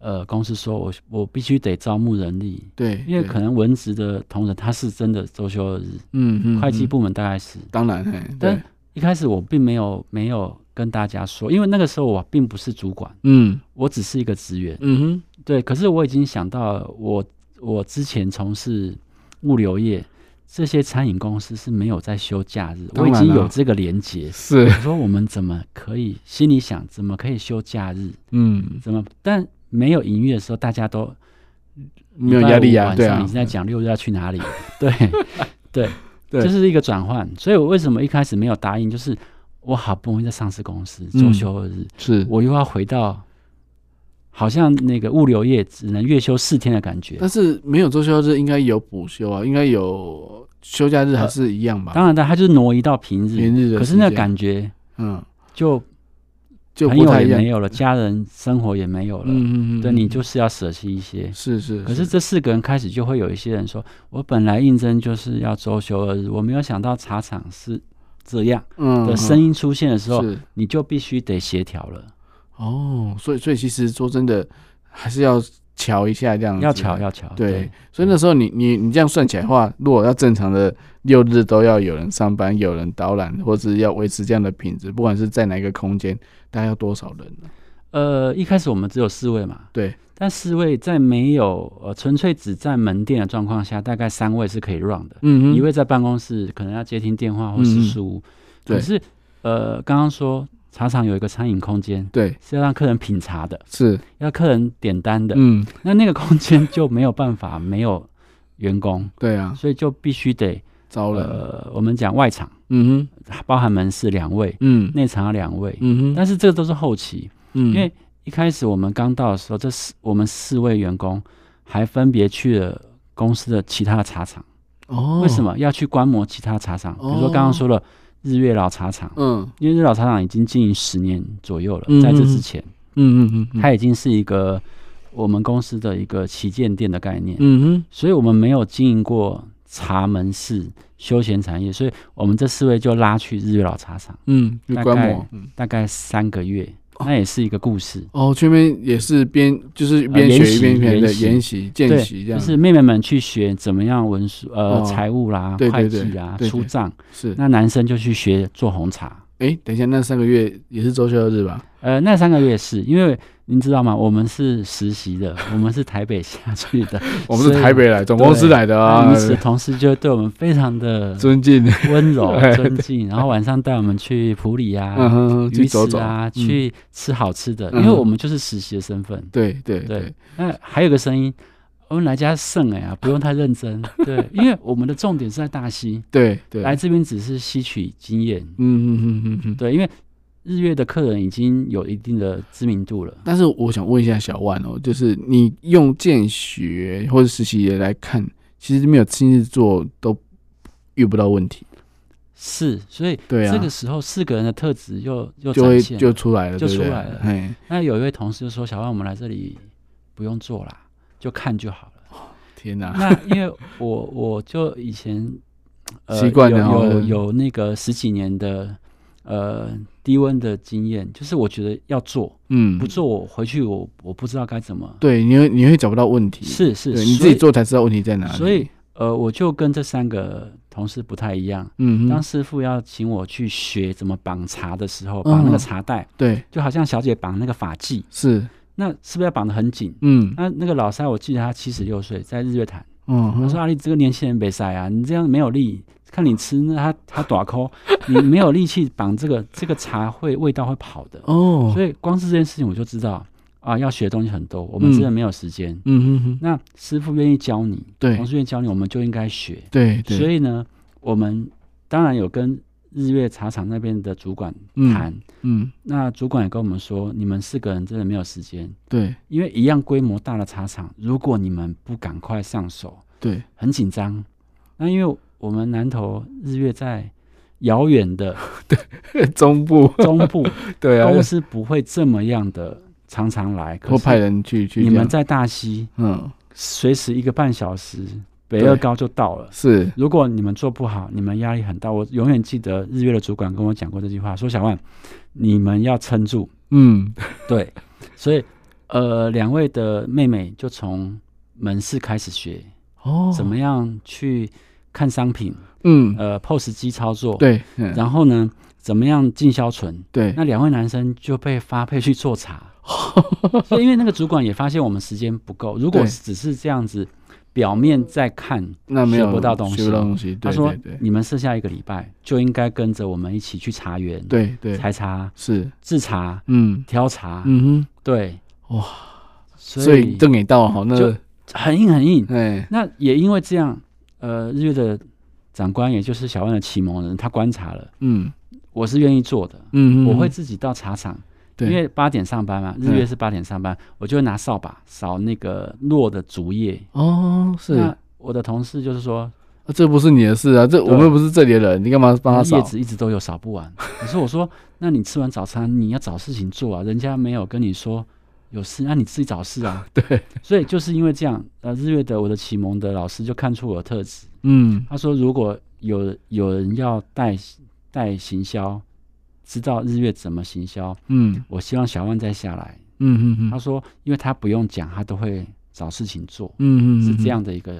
呃公司说我我必须得招募人力？对，因为对可能文职的同仁他是真的周休二日，嗯嗯，会计嗯部门大概是。当然，嘿对但，一开始我并没有没有跟大家说，因为那个时候我并不是主管，嗯我只是一个职员。嗯哼，对，可是我已经想到了我我之前从事物流业，这些餐饮公司是没有在休假日，当我然已经啦有这个连结。是我，说我们怎么可以心里想怎么可以休假日？嗯，怎么？但没有营业的时候，大家都没有压力呀、啊，对啊晚上已，经在讲六日要去哪里了， 对对，对这是一个转换。所以我为什么一开始没有答应？就是我好不容易在上市公司周嗯休二日，是，我又要回到好像那个物流业只能月休四天的感觉。但是没有周休日应该有补休啊，应该有休假日还是一样吧？当然的，它就是挪移到平日，啊平日的可是时那间感觉嗯，就就朋不友太也一样没，有了，家人生活也没有了，嗯嗯嗯，对嗯你就是要舍弃一些。是是，可是这四个人开始就会有一些人说，我本来应征就是要周休二日，我没有想到茶厂是这样嗯的声音出现的时候，是你就必须得协调了，哦，所以所以其实说真的，还是要瞧一下这样子，要巧要巧。对，所以那时候你你你这样算起来的话，如果要正常的六日都要有人上班，有人导览，或是要维持这样的品质，不管是在哪一个空间，大概要多少人呢？呃，一开始我们只有四位嘛，对，但四位在没有呃纯粹只占门店的状况下，大概三位是可以 run 的，嗯一位在办公室可能要接听电话或嗯是嗯书。对可是呃，刚刚说茶厂有一个餐饮空间对是要让客人品茶的，是，要客人点单的，嗯，那那个空间就没有办法没有员 工，对啊，所以就必须得招人，呃，我们讲外场嗯哼，包含门市两位，嗯内场要两位，嗯哼，但是这个都是后期，嗯，因为一开始我们刚到的时候，这四我们四位员工还分别去了公司的其他的茶厂。哦，为什？么要去观摩其他茶厂？比如说刚刚说了日月老茶厂，嗯因为日月老茶厂已经经营十年左右了嗯，在这之前，嗯嗯嗯，它已经是一个我们公司的一个旗舰店的概念，嗯哼，所以我们没有经营过茶门市休闲产业，所以我们这四位就拉去日月老茶厂，嗯，就大观概摩，嗯大概三个月，那也是一个故事。哦，这边也是边就是呃边研学习一边边研的习研习见对习这就样，是妹妹们去学怎么样文书、呃哦财务啦、对会对对计啦、对对出账，是，那男生就去学做红茶。哎，等一下，那三个月也是周休二日吧？呃，那三个月是因为您知道吗？我们是实 习的，我们是台北下去的，我们是所以台北来，总公司对来的啊那，因此啊同事就对我们非常 的尊敬，温柔 哎尊敬，然后晚上带我们去普里 嗯啊、哼，去鱼走走池啊，嗯去吃好吃的，嗯因为我们就是实习的身份。对对对对，，那还有个声音，我们来家剩哎呀，不用太 认真，对，因为我们的重点是在大溪，对对，来这边只是吸取经验，嗯，嗯嗯嗯嗯嗯。对，因为日月的客人已经有一定的知名度了。但是我想问一下小万哦，就是你用见学或者实习来看，其实没有亲自做都遇不到问题，是，所以对啊，这个时候四个人的特质又又就展会现了就出来了，就对不对出来了嘿，那有一位同事就说：“小万，我们来这里不用做 啦，就看就好了。天哪、那因为我我就以前呃习惯了有有嗯有那个十几年的呃低温的经验，就是我觉得要做，嗯，不做我回去我我不知道该怎么。对，你会你会找不到问题，是是，对，你所自己以做才知道问题在哪里。所以，呃，我就跟这三个同事不太一样。嗯当哼，师傅要请我去学怎么绑茶的时候，绑那嗯个茶带，对，就好像小姐绑那个发髻，是，那是不是要绑得很紧？嗯那那个老塞，我记得他七十六岁，在日月潭。嗯，我说：“阿、啊、力，这个年轻人别塞啊，你这样没有力。看你吃那他他短抠， 你没有力气绑这个，这个茶会味道会跑的。哦，所以光是这件事情我就知道啊，要学的东西很多，我们真的没有时间。嗯哼哼，那师傅愿意教你，对同事愿意教你，我们就应该学。对对，所以呢，我们当然有跟日月茶厂那边的主管嗯谈，嗯，那主管也跟我们说，你们四个人真的没有时间，对因为一样规模大的茶厂，如果你们不赶快上手，对，很紧张。那因为我们南投日月在遥远的中部 中部， 对啊，公 司不会这么样的常常来，可或派是人去去你这们样在大溪，嗯随时一个半小时，北对二高就到了。是如果你们做不好，你们压力很大。我永远记得日月的主管跟我讲过这句话，说小万，你们要撑住。 嗯对，所以呃，两位的妹妹就从门市开始学，哦怎么样去看商品，嗯呃，POS 机操作，，对嗯然后呢，怎么样进销存。对那两位男生就被发配去 做茶，所以因为那个主管也发现我们时间不够，如果对只是这样子表面在看，那没学有不到东学西不到东西，他对说对对你们剩下一个礼拜就应该跟着我们一起去茶园，，对对采茶、是制茶、嗯挑茶，嗯对，哇，啊所所以以正给到哈那就个很硬很硬。哎那也因为这样，呃，日月的长官也就是小万的启蒙人，他观察了，嗯我是愿意做的，嗯我会嗯自己到茶厂，对因为八点上班嘛，日嗯月是八点上班，我就会拿扫把扫那个落的竹叶。哦是那我的同事就是说，啊这不是你的事啊，这我们又不是这里的人，你干嘛帮他叶扫？子一直都有扫不完。可是我说，那你吃完早餐你要找事情做啊，人家没有跟你说有事，那你自己找事啊。 对，所以就是因为这样，呃，日月的我的启蒙的老师就看出我的特质，嗯他说如果有有人要带带行销，知道日月怎么行销，嗯我希望小万再下来。嗯嗯他嗯说，因为他不用讲，他都会找事情做，嗯是这样。样的一个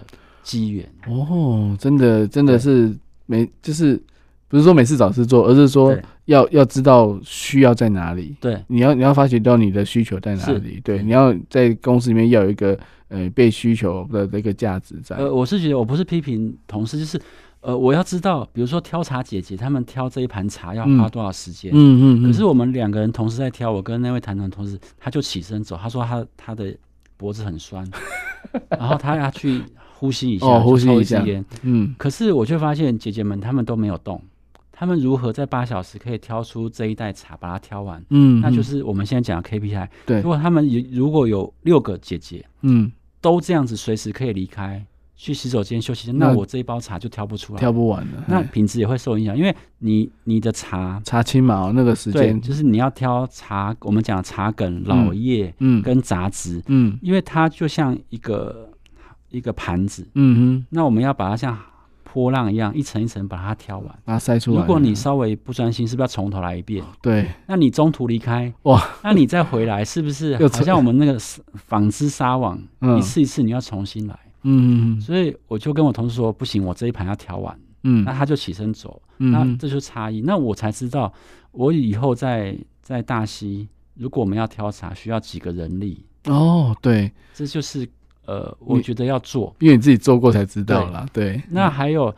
机缘。哦，真的真的对是每就是不是说每次找事做，而是说对要要知道需要在哪里，对你要你要发掘到你的需求在哪里，对，你要在公司里面要有一个呃被需求的那个价值在，呃，我是觉得我不是批评同事，就是呃，我要知道，比如说挑茶姐姐，他们挑这一盘茶要花嗯多少时间。嗯嗯嗯，可是我们两个人同时在挑，我跟那位谈团同事，他就起身走，他说他他的脖子 很酸，然后他要去呼吸一下，哦去呼吸一抽一支下烟。嗯可是我却发现姐姐们她们都没有动，她们如何在八小时可以挑出这一袋茶，把它挑完？嗯，那就嗯是我们现在讲的 KPI。对如果他们有如果有六个姐姐嗯都这样子随时可以离开去洗手间休息，那那我这一包茶就挑不出来，挑不完的，那嗯品质也会受影响，因为你你的茶查清嘛，哦那个时对，间，就是你要挑茶，我们讲茶梗、老叶嗯跟杂质，嗯因为它就像一个一个盘子，嗯哼，那我们要把它像波浪一样一层一层把它挑完。把它筛出来如了，果你稍微不专心，是不是要从头来一遍？啊对啊那你中途离开哇，那你再回来，是不是 又好像我们那个丝纺织纱网，嗯一次一次你要重新来？嗯嗯所以我就跟我同事说，不行，我这一盘要挑完。嗯那他就起身走，嗯那嗯这就是差异。那我才知道，我以后在在大溪，如果我们要挑茶，需要几个人力，哦对，这就是呃，我你觉得要做。因为你自己做过才知道啦，对，那还有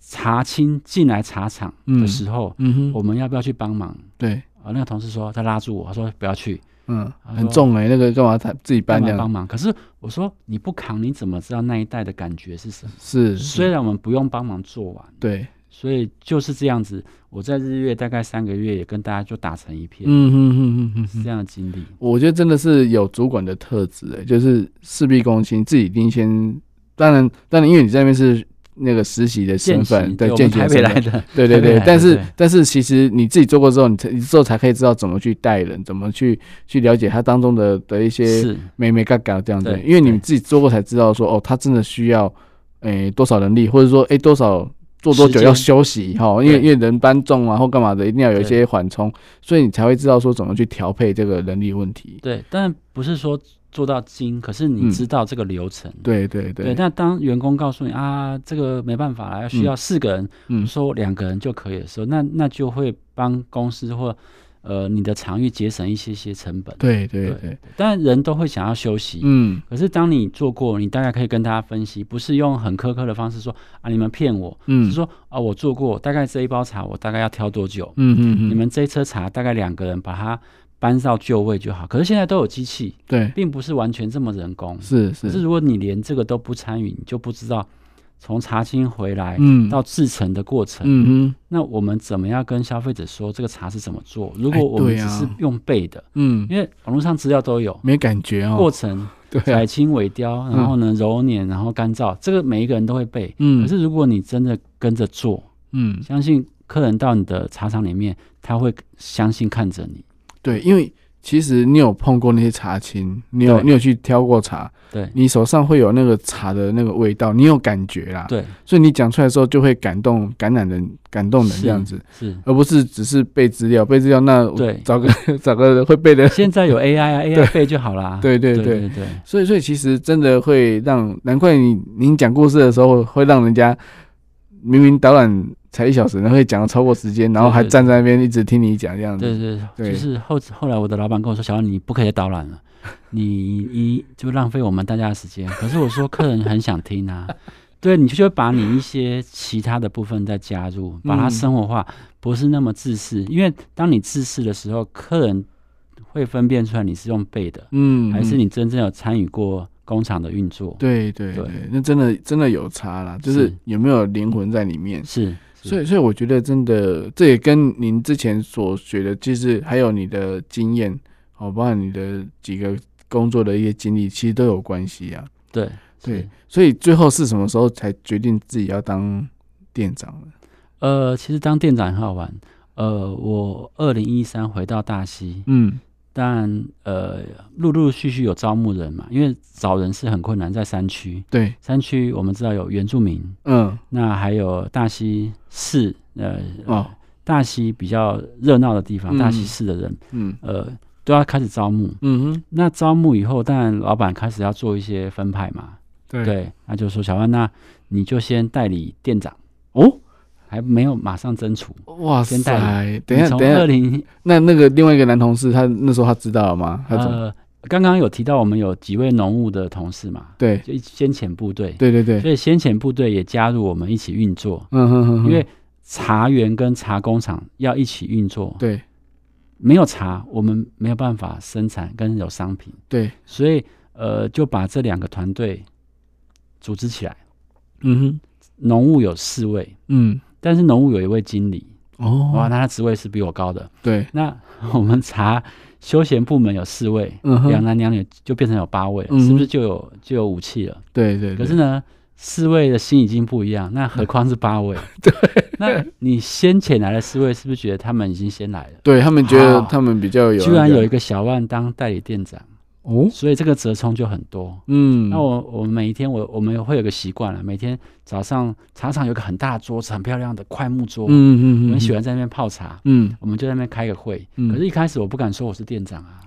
茶青进来茶厂的时候，嗯哼，我们要不要去帮忙？对，啊，那个同事说他拉住我，他说不要去，嗯，他很说重哎、那个干嘛他自己帮搬这忙帮样？忙。可是我说你不扛，你怎么知道那一代的感觉是什么？是，虽然我们不用帮忙做完，对，所以就是这样子。我在日月大概三个月，也跟大家就打成一片，嗯哼哼哼是哼这哼，样的经历。我觉得真的是有主管的特质哎、就是事必躬亲，自己一定先，当然，当然，因为你在那边是那个实习的身份，对，我见们习的台北身来份。的，对对台北对来的，但是对但是其实你自己做过之后，你才你之后才可以知道怎么去带人，怎么去去了解他当中的的一些是没没嘎嘎这样子对，因为你们对自己做过才知道说，哦，他真的需要，诶、多少能力，或者说，诶、多少做多时久间要休息哈，因为对因为人搬重啊或干嘛的，一定要有一对些缓冲，所以你才会知道说怎么去调配这个人力问题。对，但不是说做到精，可是嗯你知道这个流程。对对对，对，但当员工告诉你啊，这个没办法啦，要需要四个人，嗯说两个人就可以的时候，那那就会帮公司或呃你的场域节省一些些成本。对对对对，当然人都会想要休息，嗯可是当你做过，你大概可以跟大家分析，不是用很苛刻的方式说啊你们骗我，嗯，是说啊我做过，大概这一包茶我大概要挑多久，嗯嗯嗯，你们这一车茶大概两个人把它搬到就位就好。可是现在都有机器，对并不是完全这么人工。是可是是如果你连这个都不参与，你就不知道从查清回来嗯到制成的过程，嗯哼，那我们怎么样跟消费者说这个茶是怎么做？如果哎我们对只啊是用背的，嗯，因为网络上资料都有，没感觉哦过，程对啊采，青尾雕，然后呢揉捻，然后干燥，这个每一个人都会背。嗯，可是如果你真的跟着做，嗯，相信客人到你的茶厂里面，他会相信看着你。对，因为其实你有碰过那些茶青，你有对你有去挑过茶，对你手上会有那个茶的那个味道，你有感觉啦，，对，所以你讲出来的时候就会感动、感染人、感动人是这样子，是。而不是只是背资料，背资料那我对 找个找个会背的，现在有 AI 啊，AI 背就好啦。对对对对。对对，所以，所以其实真的会让，难怪你您讲故事的时候会让人家明明导览才一小时，然后会讲得超过时间，然后还对对站在那边一直听你讲这样子。对对嗯对对，就是后后来我的老板跟我说，小安你不可以再导览 了，你一就浪费我们大家的时间。可是我说客人很想听啊， 对，你就会把你一些其他的部分再加入，把它嗯生活化，不是那么自私。因为当你自私的时候，客人会分辨出来你是用背的，嗯，还是嗯你真正有参与过工厂的运作。对对对对，那真的真的有差啦，就是是有没有灵魂在里面。是，是所以，所以我觉得真的，这也跟您之前所学的，就是还有你的经验，哦，包括你的几个工作的一些经历，其实都有关系啊。对对是，所以最后是什么时候才决定自己要当店长呢？呃，其实当店长很好玩。呃，我二零一三回到大溪，嗯但呃，陆陆续续有招募人嘛，因为找人是很困难，在山区。，对，山区我们知道有原住民，嗯，那还有大溪市，呃，哦，大溪比较热闹的地方，嗯大溪市的人，嗯呃，都要开始招募。嗯哼，那招募以后，当然老板开始要做一些分派嘛，对对，那就说小万，那你就先代理店长，哦，还没有马上争取。哇塞先代，等一你下从等一二下，零那那个另外一个男同事，他那时候他知道了吗？他怎么？呃，刚刚有提到我们有几位农务的同事嘛，对就一先遣部队，对对对，所以先遣部队也加入我们一起运作，嗯哼哼哼，因为茶园跟茶工厂要一起运作，对没有茶我们没有办法生产跟有商品，对，所以呃就把这两个团队组织起来，嗯哼，农务有四位，嗯，但是农务有一位经理，哦，哇，那他职位是比我高的，对，那我们茶休闲部门有四位。嗯两哼，男两女就变成有八位了，嗯哼是不是就有就有武器了？对对，可对是呢，四位的心已经不一样，那何况是八 位？对，那你先前来的四位是不是觉得他们已经先来了？对他们觉得好他们比较有那啊个，居然有一个小万当代理店长，哦，所以这个折冲就很多。嗯，那我我每一天我我们会有个习惯了，每天早上茶厂有个很大的桌子，很漂亮的快木桌，嗯嗯嗯，我们喜欢，欢在那边泡茶，嗯我们就在那边开个会。嗯，可是，一开始我不敢说我是店长啊，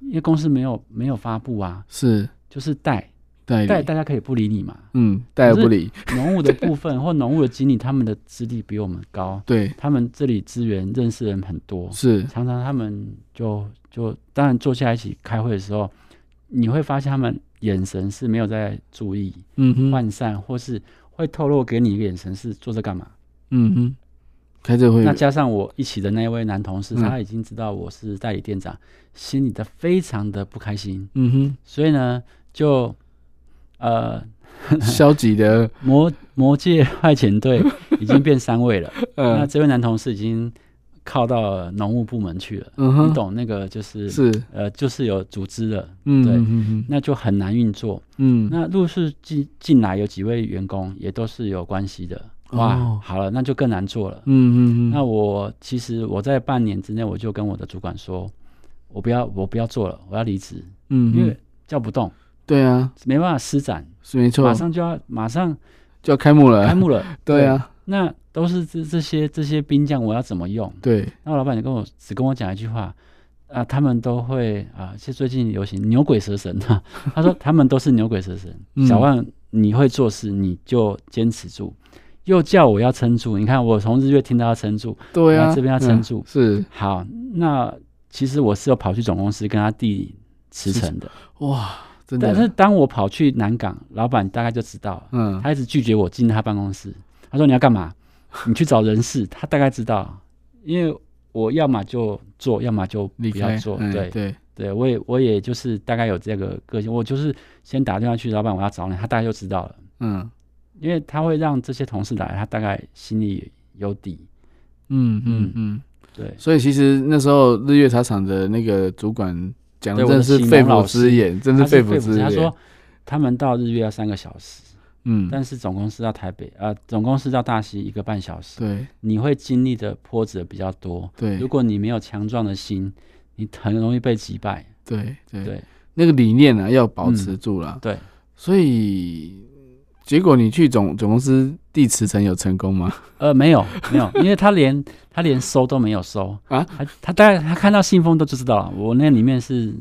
因为公司没有没有发布啊，是就是带代理带大家可以不理你嘛。嗯，代而不理，农务的部分 或农务的经理，他们的资历比我们高，对，他们这里资源认识人很多，是，常常他们就就当然坐下来一起开会的时候，你会发现他们眼神是没有在注意嗯哼，涣散，或是会透露给你一个眼神是坐着干嘛。嗯哼，开这会那，加上我一起的那一位男同事，嗯他已经知道我是代理店长，心里的非常的不开心， 嗯所以呢，就呃哼，消极的，魔魔界派 遣队已经变三位了。 那呃，这位男同事已经靠到农务部门去了，嗯你哼，懂那个就是是，呃，就是有组织了，嗯，对嗯那就很难运作。嗯嗯，那陆续进进来有几位员工也都是有关系的，哇，哦好了，那就更难做了。嗯嗯那嗯，我其实我在半年之内我就跟我的主管说，我不要我不要做了，我要离职，嗯，因为叫不动，对啊，没办法施展，是没错马，上就要马上就要开幕开了，，幕了 对，啊，那都是这这些这些兵将，我要怎么用？对，那我老板就跟我只跟我讲一句话，啊，他们都会啊，是最近流行牛鬼蛇神啊。 他说他们都是牛鬼蛇神。嗯小万，你会做事，你就坚持住。又叫我要撑住，你看我从日月听到要撑住。对来啊，这边要嗯撑住是，好，那其实我是有跑去总公司跟他递辞呈的，哇，真但的，是当我跑去南港，老板大概就知道了，嗯，他一直拒绝我进他办公室。他说你要干嘛？你去找人事。他大概知道，因为我要么就做，要么就离不开要做。哎对对，对，我也我也就是大概有这个个性，我就是先打电话去老板，我要找你，他大概就知道了。嗯因为他会让这些同事来，他大概心里有底。嗯嗯嗯。对，所以其实那时候日月茶厂的那个主管讲，对真的是我的启蒙肺老腑师之言，真他是肺是肺腑腑之之他言说。他们到日月要三个小时，嗯，但是总公司到台北，呃，总公司到大溪一个半小时，对你会经历的波折比较多。如对果你没有强壮的心，你很容易被击败。对对对，那个理念呢、啊、要保嗯持住了。对，所以结果你去总总公司第十层有成功 吗？呃，没有没有， 因为他连他连收都没 有收啊他他大概他看到信封都就知道了，我那里面是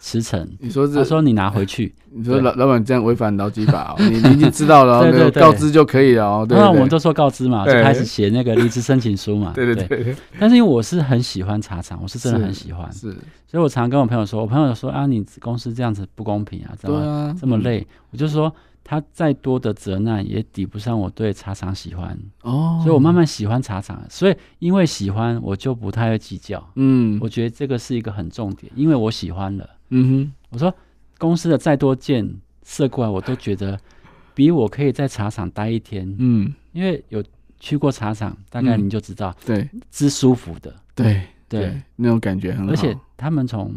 驰骋。你说他这，说你拿回去，你说对老老板这样违反劳基法、哦，你 你已经知道了、哦，对没有对对告知就可以了 哦。对当然我们对都说告知嘛，就对开始写那个离职申请书嘛。 对对对对，但是因为我是很喜欢茶厂，我是真的很喜欢，是，所以我常跟我朋友说，我朋友说啊，你公司这样子不公平啊，怎对么、啊，这么累？我就说他再多的责难也抵不上我对茶厂喜欢，哦，所以我慢慢喜欢茶厂，所以因为喜欢我就不太会计较。嗯我觉得这个是一个很重点，因为我喜欢了。嗯我说公司的再多箭射过来，我都觉得比我可以在茶厂待一天，哼嗯，因为有去过茶厂，大概嗯你就知道、对是舒服的。对对，，那种感觉很好，而且他们从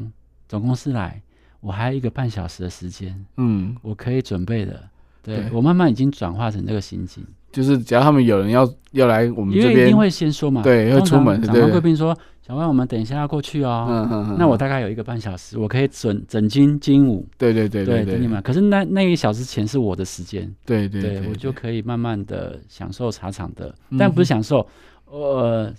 总公司来，我还有一个半小时的时间，嗯，我可以准备的。对对我慢慢已经转化成这个心境，就是只要他们有人要要来我们因这为一边定，会先说嘛，对会通常出门长对官对贵宾说：“小万，我们等一下要过去哦。嗯嗯嗯，那我大概有一个半小时，我可以整整军精武，对对对对等你们。可是那那一小时前是我的时间，对对对，我就可以慢慢的享受茶厂的，嗯但不是享受，呃，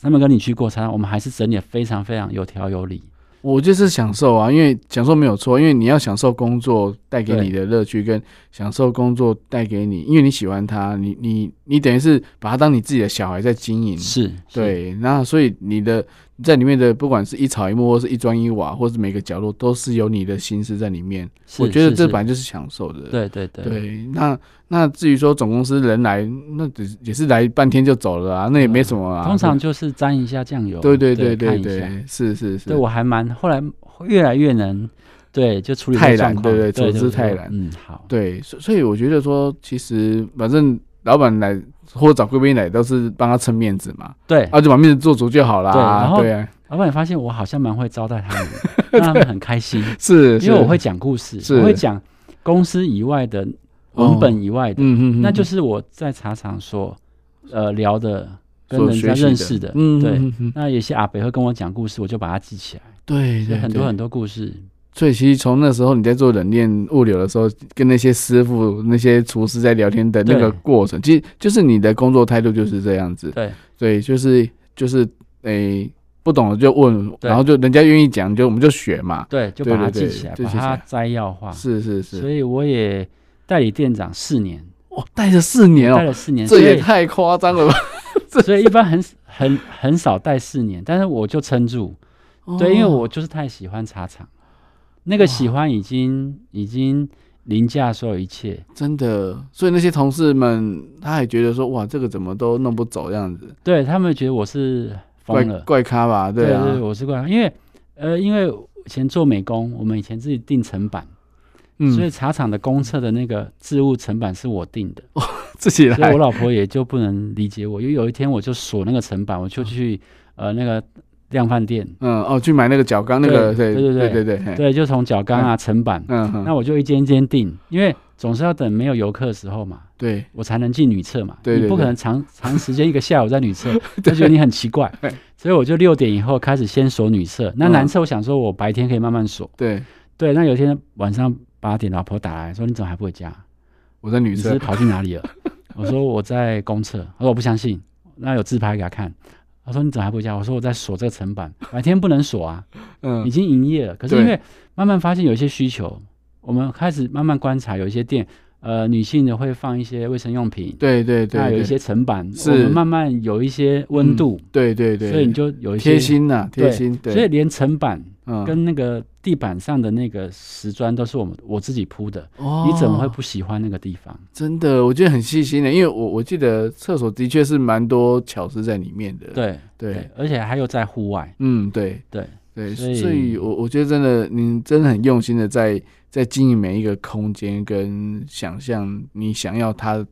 他们跟你去过茶厂，我们还是整理得非常非常有条有理。我就是享受啊，因为享受没有错，因为你要享受工作带给你的乐趣，跟享受工作带给你，因为你喜欢它，你你你等于是把它当你自己的小孩在经营。是，是，嗯对，那所以你的在里面的，不管是一草一木，或是一砖一瓦，或是每个角落，都是有你的心思在里面。是我觉得是这是本来就是享受的。对对对对，那那至于说总公司人来，那只是也是来半天就走了啊，那也没什么啊。嗯通常就是沾一下酱油，对对对看对一下对，是是是，对我还蛮后来越来越能对就处理这泰个然状况，对对对处之对泰对然嗯，好，对，所所以我觉得说，其实反正老板来或者找贵宾来，都是帮他撑面子嘛，对，啊，就把面子做足就好对然啦。后对啊，老板也发现我好像蛮会招待他们的，让他们很开心， 是，因是为我会，讲故事，是我会讲公司以外的文本以外的，嗯嗯，那就是是我在茶厂所呃聊的，跟人家认识的，嗯，对。嗯，嗯嗯那有些阿北会跟我讲故事，我就把它记起来，对所对，以很多很多。多故事，所以其实从那时候你在做冷链物流的时候，跟那些师傅、那些厨师在聊天的那个对嗯过程，其实就是你的工作态度就是这样子。对对，就是就是诶、不懂的就问，对然后就人家愿意讲，就我们就学嘛。对，就把它对对对记起来，就把记起来它摘要化。是是是啊所，以我也代理店长四年，哇，带了四年哦、带了四年，所这也以太夸张了吧？ 所以一般很很很少带四年，但是我就撑住，对，因为我就是太喜欢茶厂，那个喜欢已经已经凌驾所有一切，真的，所以那些同事们，他还觉得说，哇，这个怎么都弄不走这样子，对他们觉得我是怪疯了，怪咖吧？对啊，对，我是怪咖，因为呃，因为以前做美工，我们以前自己定成板，嗯，所以茶厂的公测的那个置物成板是我定 的，自己所以来我，老婆也就不能理解我，因为有一天我就锁那个成板，我就去呃那个量贩店，嗯，哦，去买那个角钢，那个，对对对对对对对，嘿对，就从角钢啊成板，嗯，哼那我就一间一间定，因为总是要等没有游客的时候嘛。 对我才能进女厕嘛，对对你不可对能长 长时间一个下午在 女厕，就觉得你很奇怪，所以我就六点以后开始先锁女厕。那嗯男厕我想说，我白天可以慢慢锁，对，对，那有一天晚上八点，老婆打来说：“你怎么还不回家？我在女你是厕，跑去哪 里了？”我说：“我在公厕。”她说：“我不相信。”那有自拍给她看。她说：“你怎么还不回家？”我说：“我在锁这个层板，白天不能锁啊，嗯已经营业了。可是对因为慢慢发现有一些需求，我们开始慢慢观察，有一些店，呃，女性的会放一些卫生用品，对对对，那有对一些层板，是我们慢慢有一些温度，对对对，所以你就有一些贴，心呐，贴对心，对，所以连层板嗯跟那个地板上的那个石砖都是我们我自己铺的，哦你怎么会不喜欢那个地方？真的？我觉得很细心的，因为我我记得厕所的确是蛮多巧思在里面的，对对，，而且还有在户外，嗯，对对对，所所以以我我觉得真的，你真的很用心的在在经营每一个空间跟想象你想要它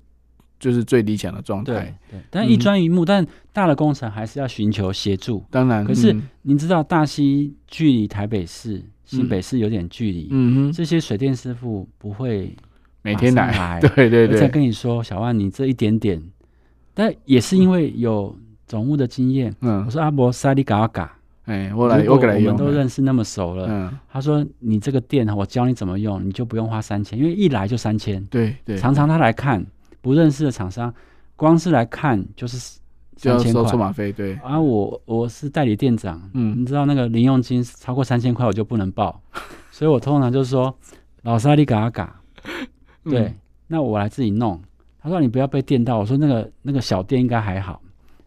就是最理想的状态对。对，嗯但一砖一木，但大的工程还是要寻求协助。当然，可是嗯您知道大溪距离台北市、新北市有点距离，嗯哼，这些水电师傅不会每天马上来，来 对对再对，跟你说，小万你这一点点，但也是因为有总务的经验。嗯我，说阿伯塞利嘎嘎，哎，我来，如我果给来我们用都的，认识那么熟了。嗯，他说你这个电我教你怎么用，你就不用花三千，因为一来就三千。对对，常常他来看不认识的厂商，光是来看就是就三要千收车块。马费，对，啊，我我是代理店长，嗯你知道那个零用金超过三千块我就不能 报，所以我通常就说老沙利嘎嘎，对，嗯那我来自己弄。他说你不要被电到，我说那个那个小店应该还好，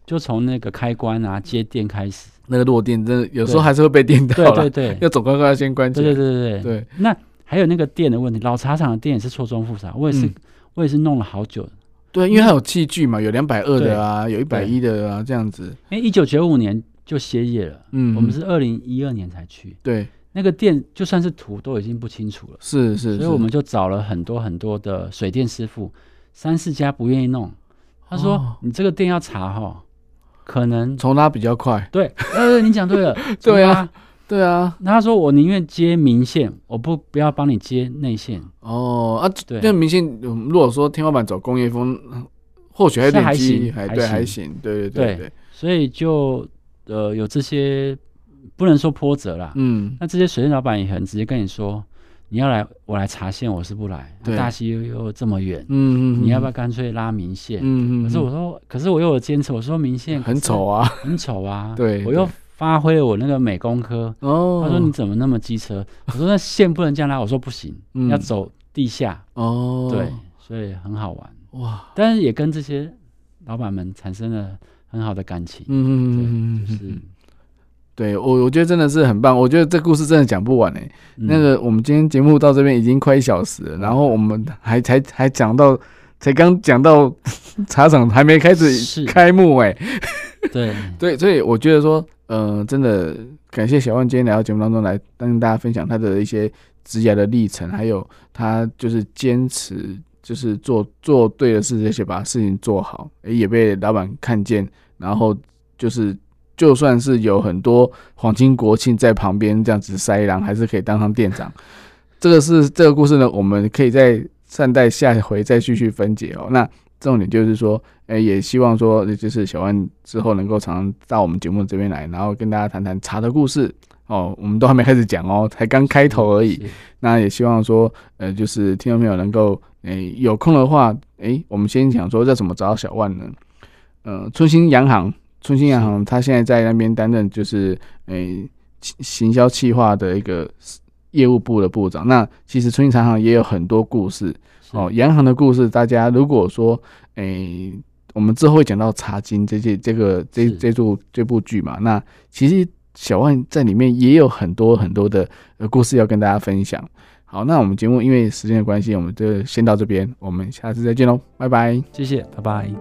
就从那个开关啊接电 开始。那个落电真的有时候对还是会被电到对对了，对，要走高高要先关对对起来，对对对。对，那还有那个电的问题，老茶厂的电也是错综复杂，我也是、嗯我也是弄了好久。对，因为它有器具嘛，有两百二的啊，有一百一的啊，这样子，因为一九九五年就歇业了，嗯，我们是二零一二年才去，对，那个电就算是图都已经不清楚了，是是，哦所以是我们就找了很多很多的水电师傅，三四家不愿意弄，他说、哦你这个电要查哈，可能重拉比较快，，对，呃，你讲对了 对啊重拉。对啊，那他说我宁愿接明线，我不不要帮你接内线，哦啊，对那明显，嗯如果说天花板走工业风，嗯或许还有是点还机，行还还对，还行行，对对对对，所以就呃有这些不能说波折啦，嗯，那这些水电老板也很直接跟你说，你要来我来查线，我是不来，啊对大溪又又这么远，嗯嗯，你要不要嗯？干脆拉明线？嗯嗯，可是嗯我说，可是我又有坚持，我说明线很丑，啊，。可是很丑啊对我又对发挥了我那个美工科。哦，他说你怎么那么机车？我说那线不能这样拉，我说不行，嗯要走地下。哦，对，所以很好玩，哇，但是也跟这些老板们产生了很好的感情。嗯嗯嗯嗯就嗯是嗯，对我我觉得真的是很棒，我觉得这故事真的讲不完哎。嗯那个我们今天节目到这边已经快一小时了，然后我们还才才讲到，才刚讲到茶厂还没开始是开幕哎、对，对，所以我觉得说，呃，真的感谢小万今天来到节目当中来跟大家分享他的一些职业的历程，还有他就是坚持，就是做做对的事，而且把事情做好，诶也被老板看见，然后就是。就算是有很多皇亲国戚在旁边这样子塞狼，还是可以当上店长。这个是这个故事呢，我们可以在善待下回再继续分解哦。那重点就是说，哎、也希望说，就是小万之后能够常常到我们节目这边来，然后跟大家谈谈茶的故事哦。我们都还没开始讲哦，才刚开头而已。是。那也希望说，呃，就是听众朋友能够，诶、有空的话，诶、我们先讲说要怎么找到小万呢？呃，春兴洋行，春兴洋行，他现在在那边担任就是，诶、行行销企划的一个业务部的部长。那其实春兴茶行也有很多故事是哦，洋行的故事，大家如果说，诶、我们之后会讲到《茶经》这些这个这是这部这部剧嘛，那其实小万在里面也有很多很多的呃故事要跟大家分享。好，那我们节目因为时间的关系，我们就先到这边，我们下次再见喽，拜拜。谢谢，拜拜。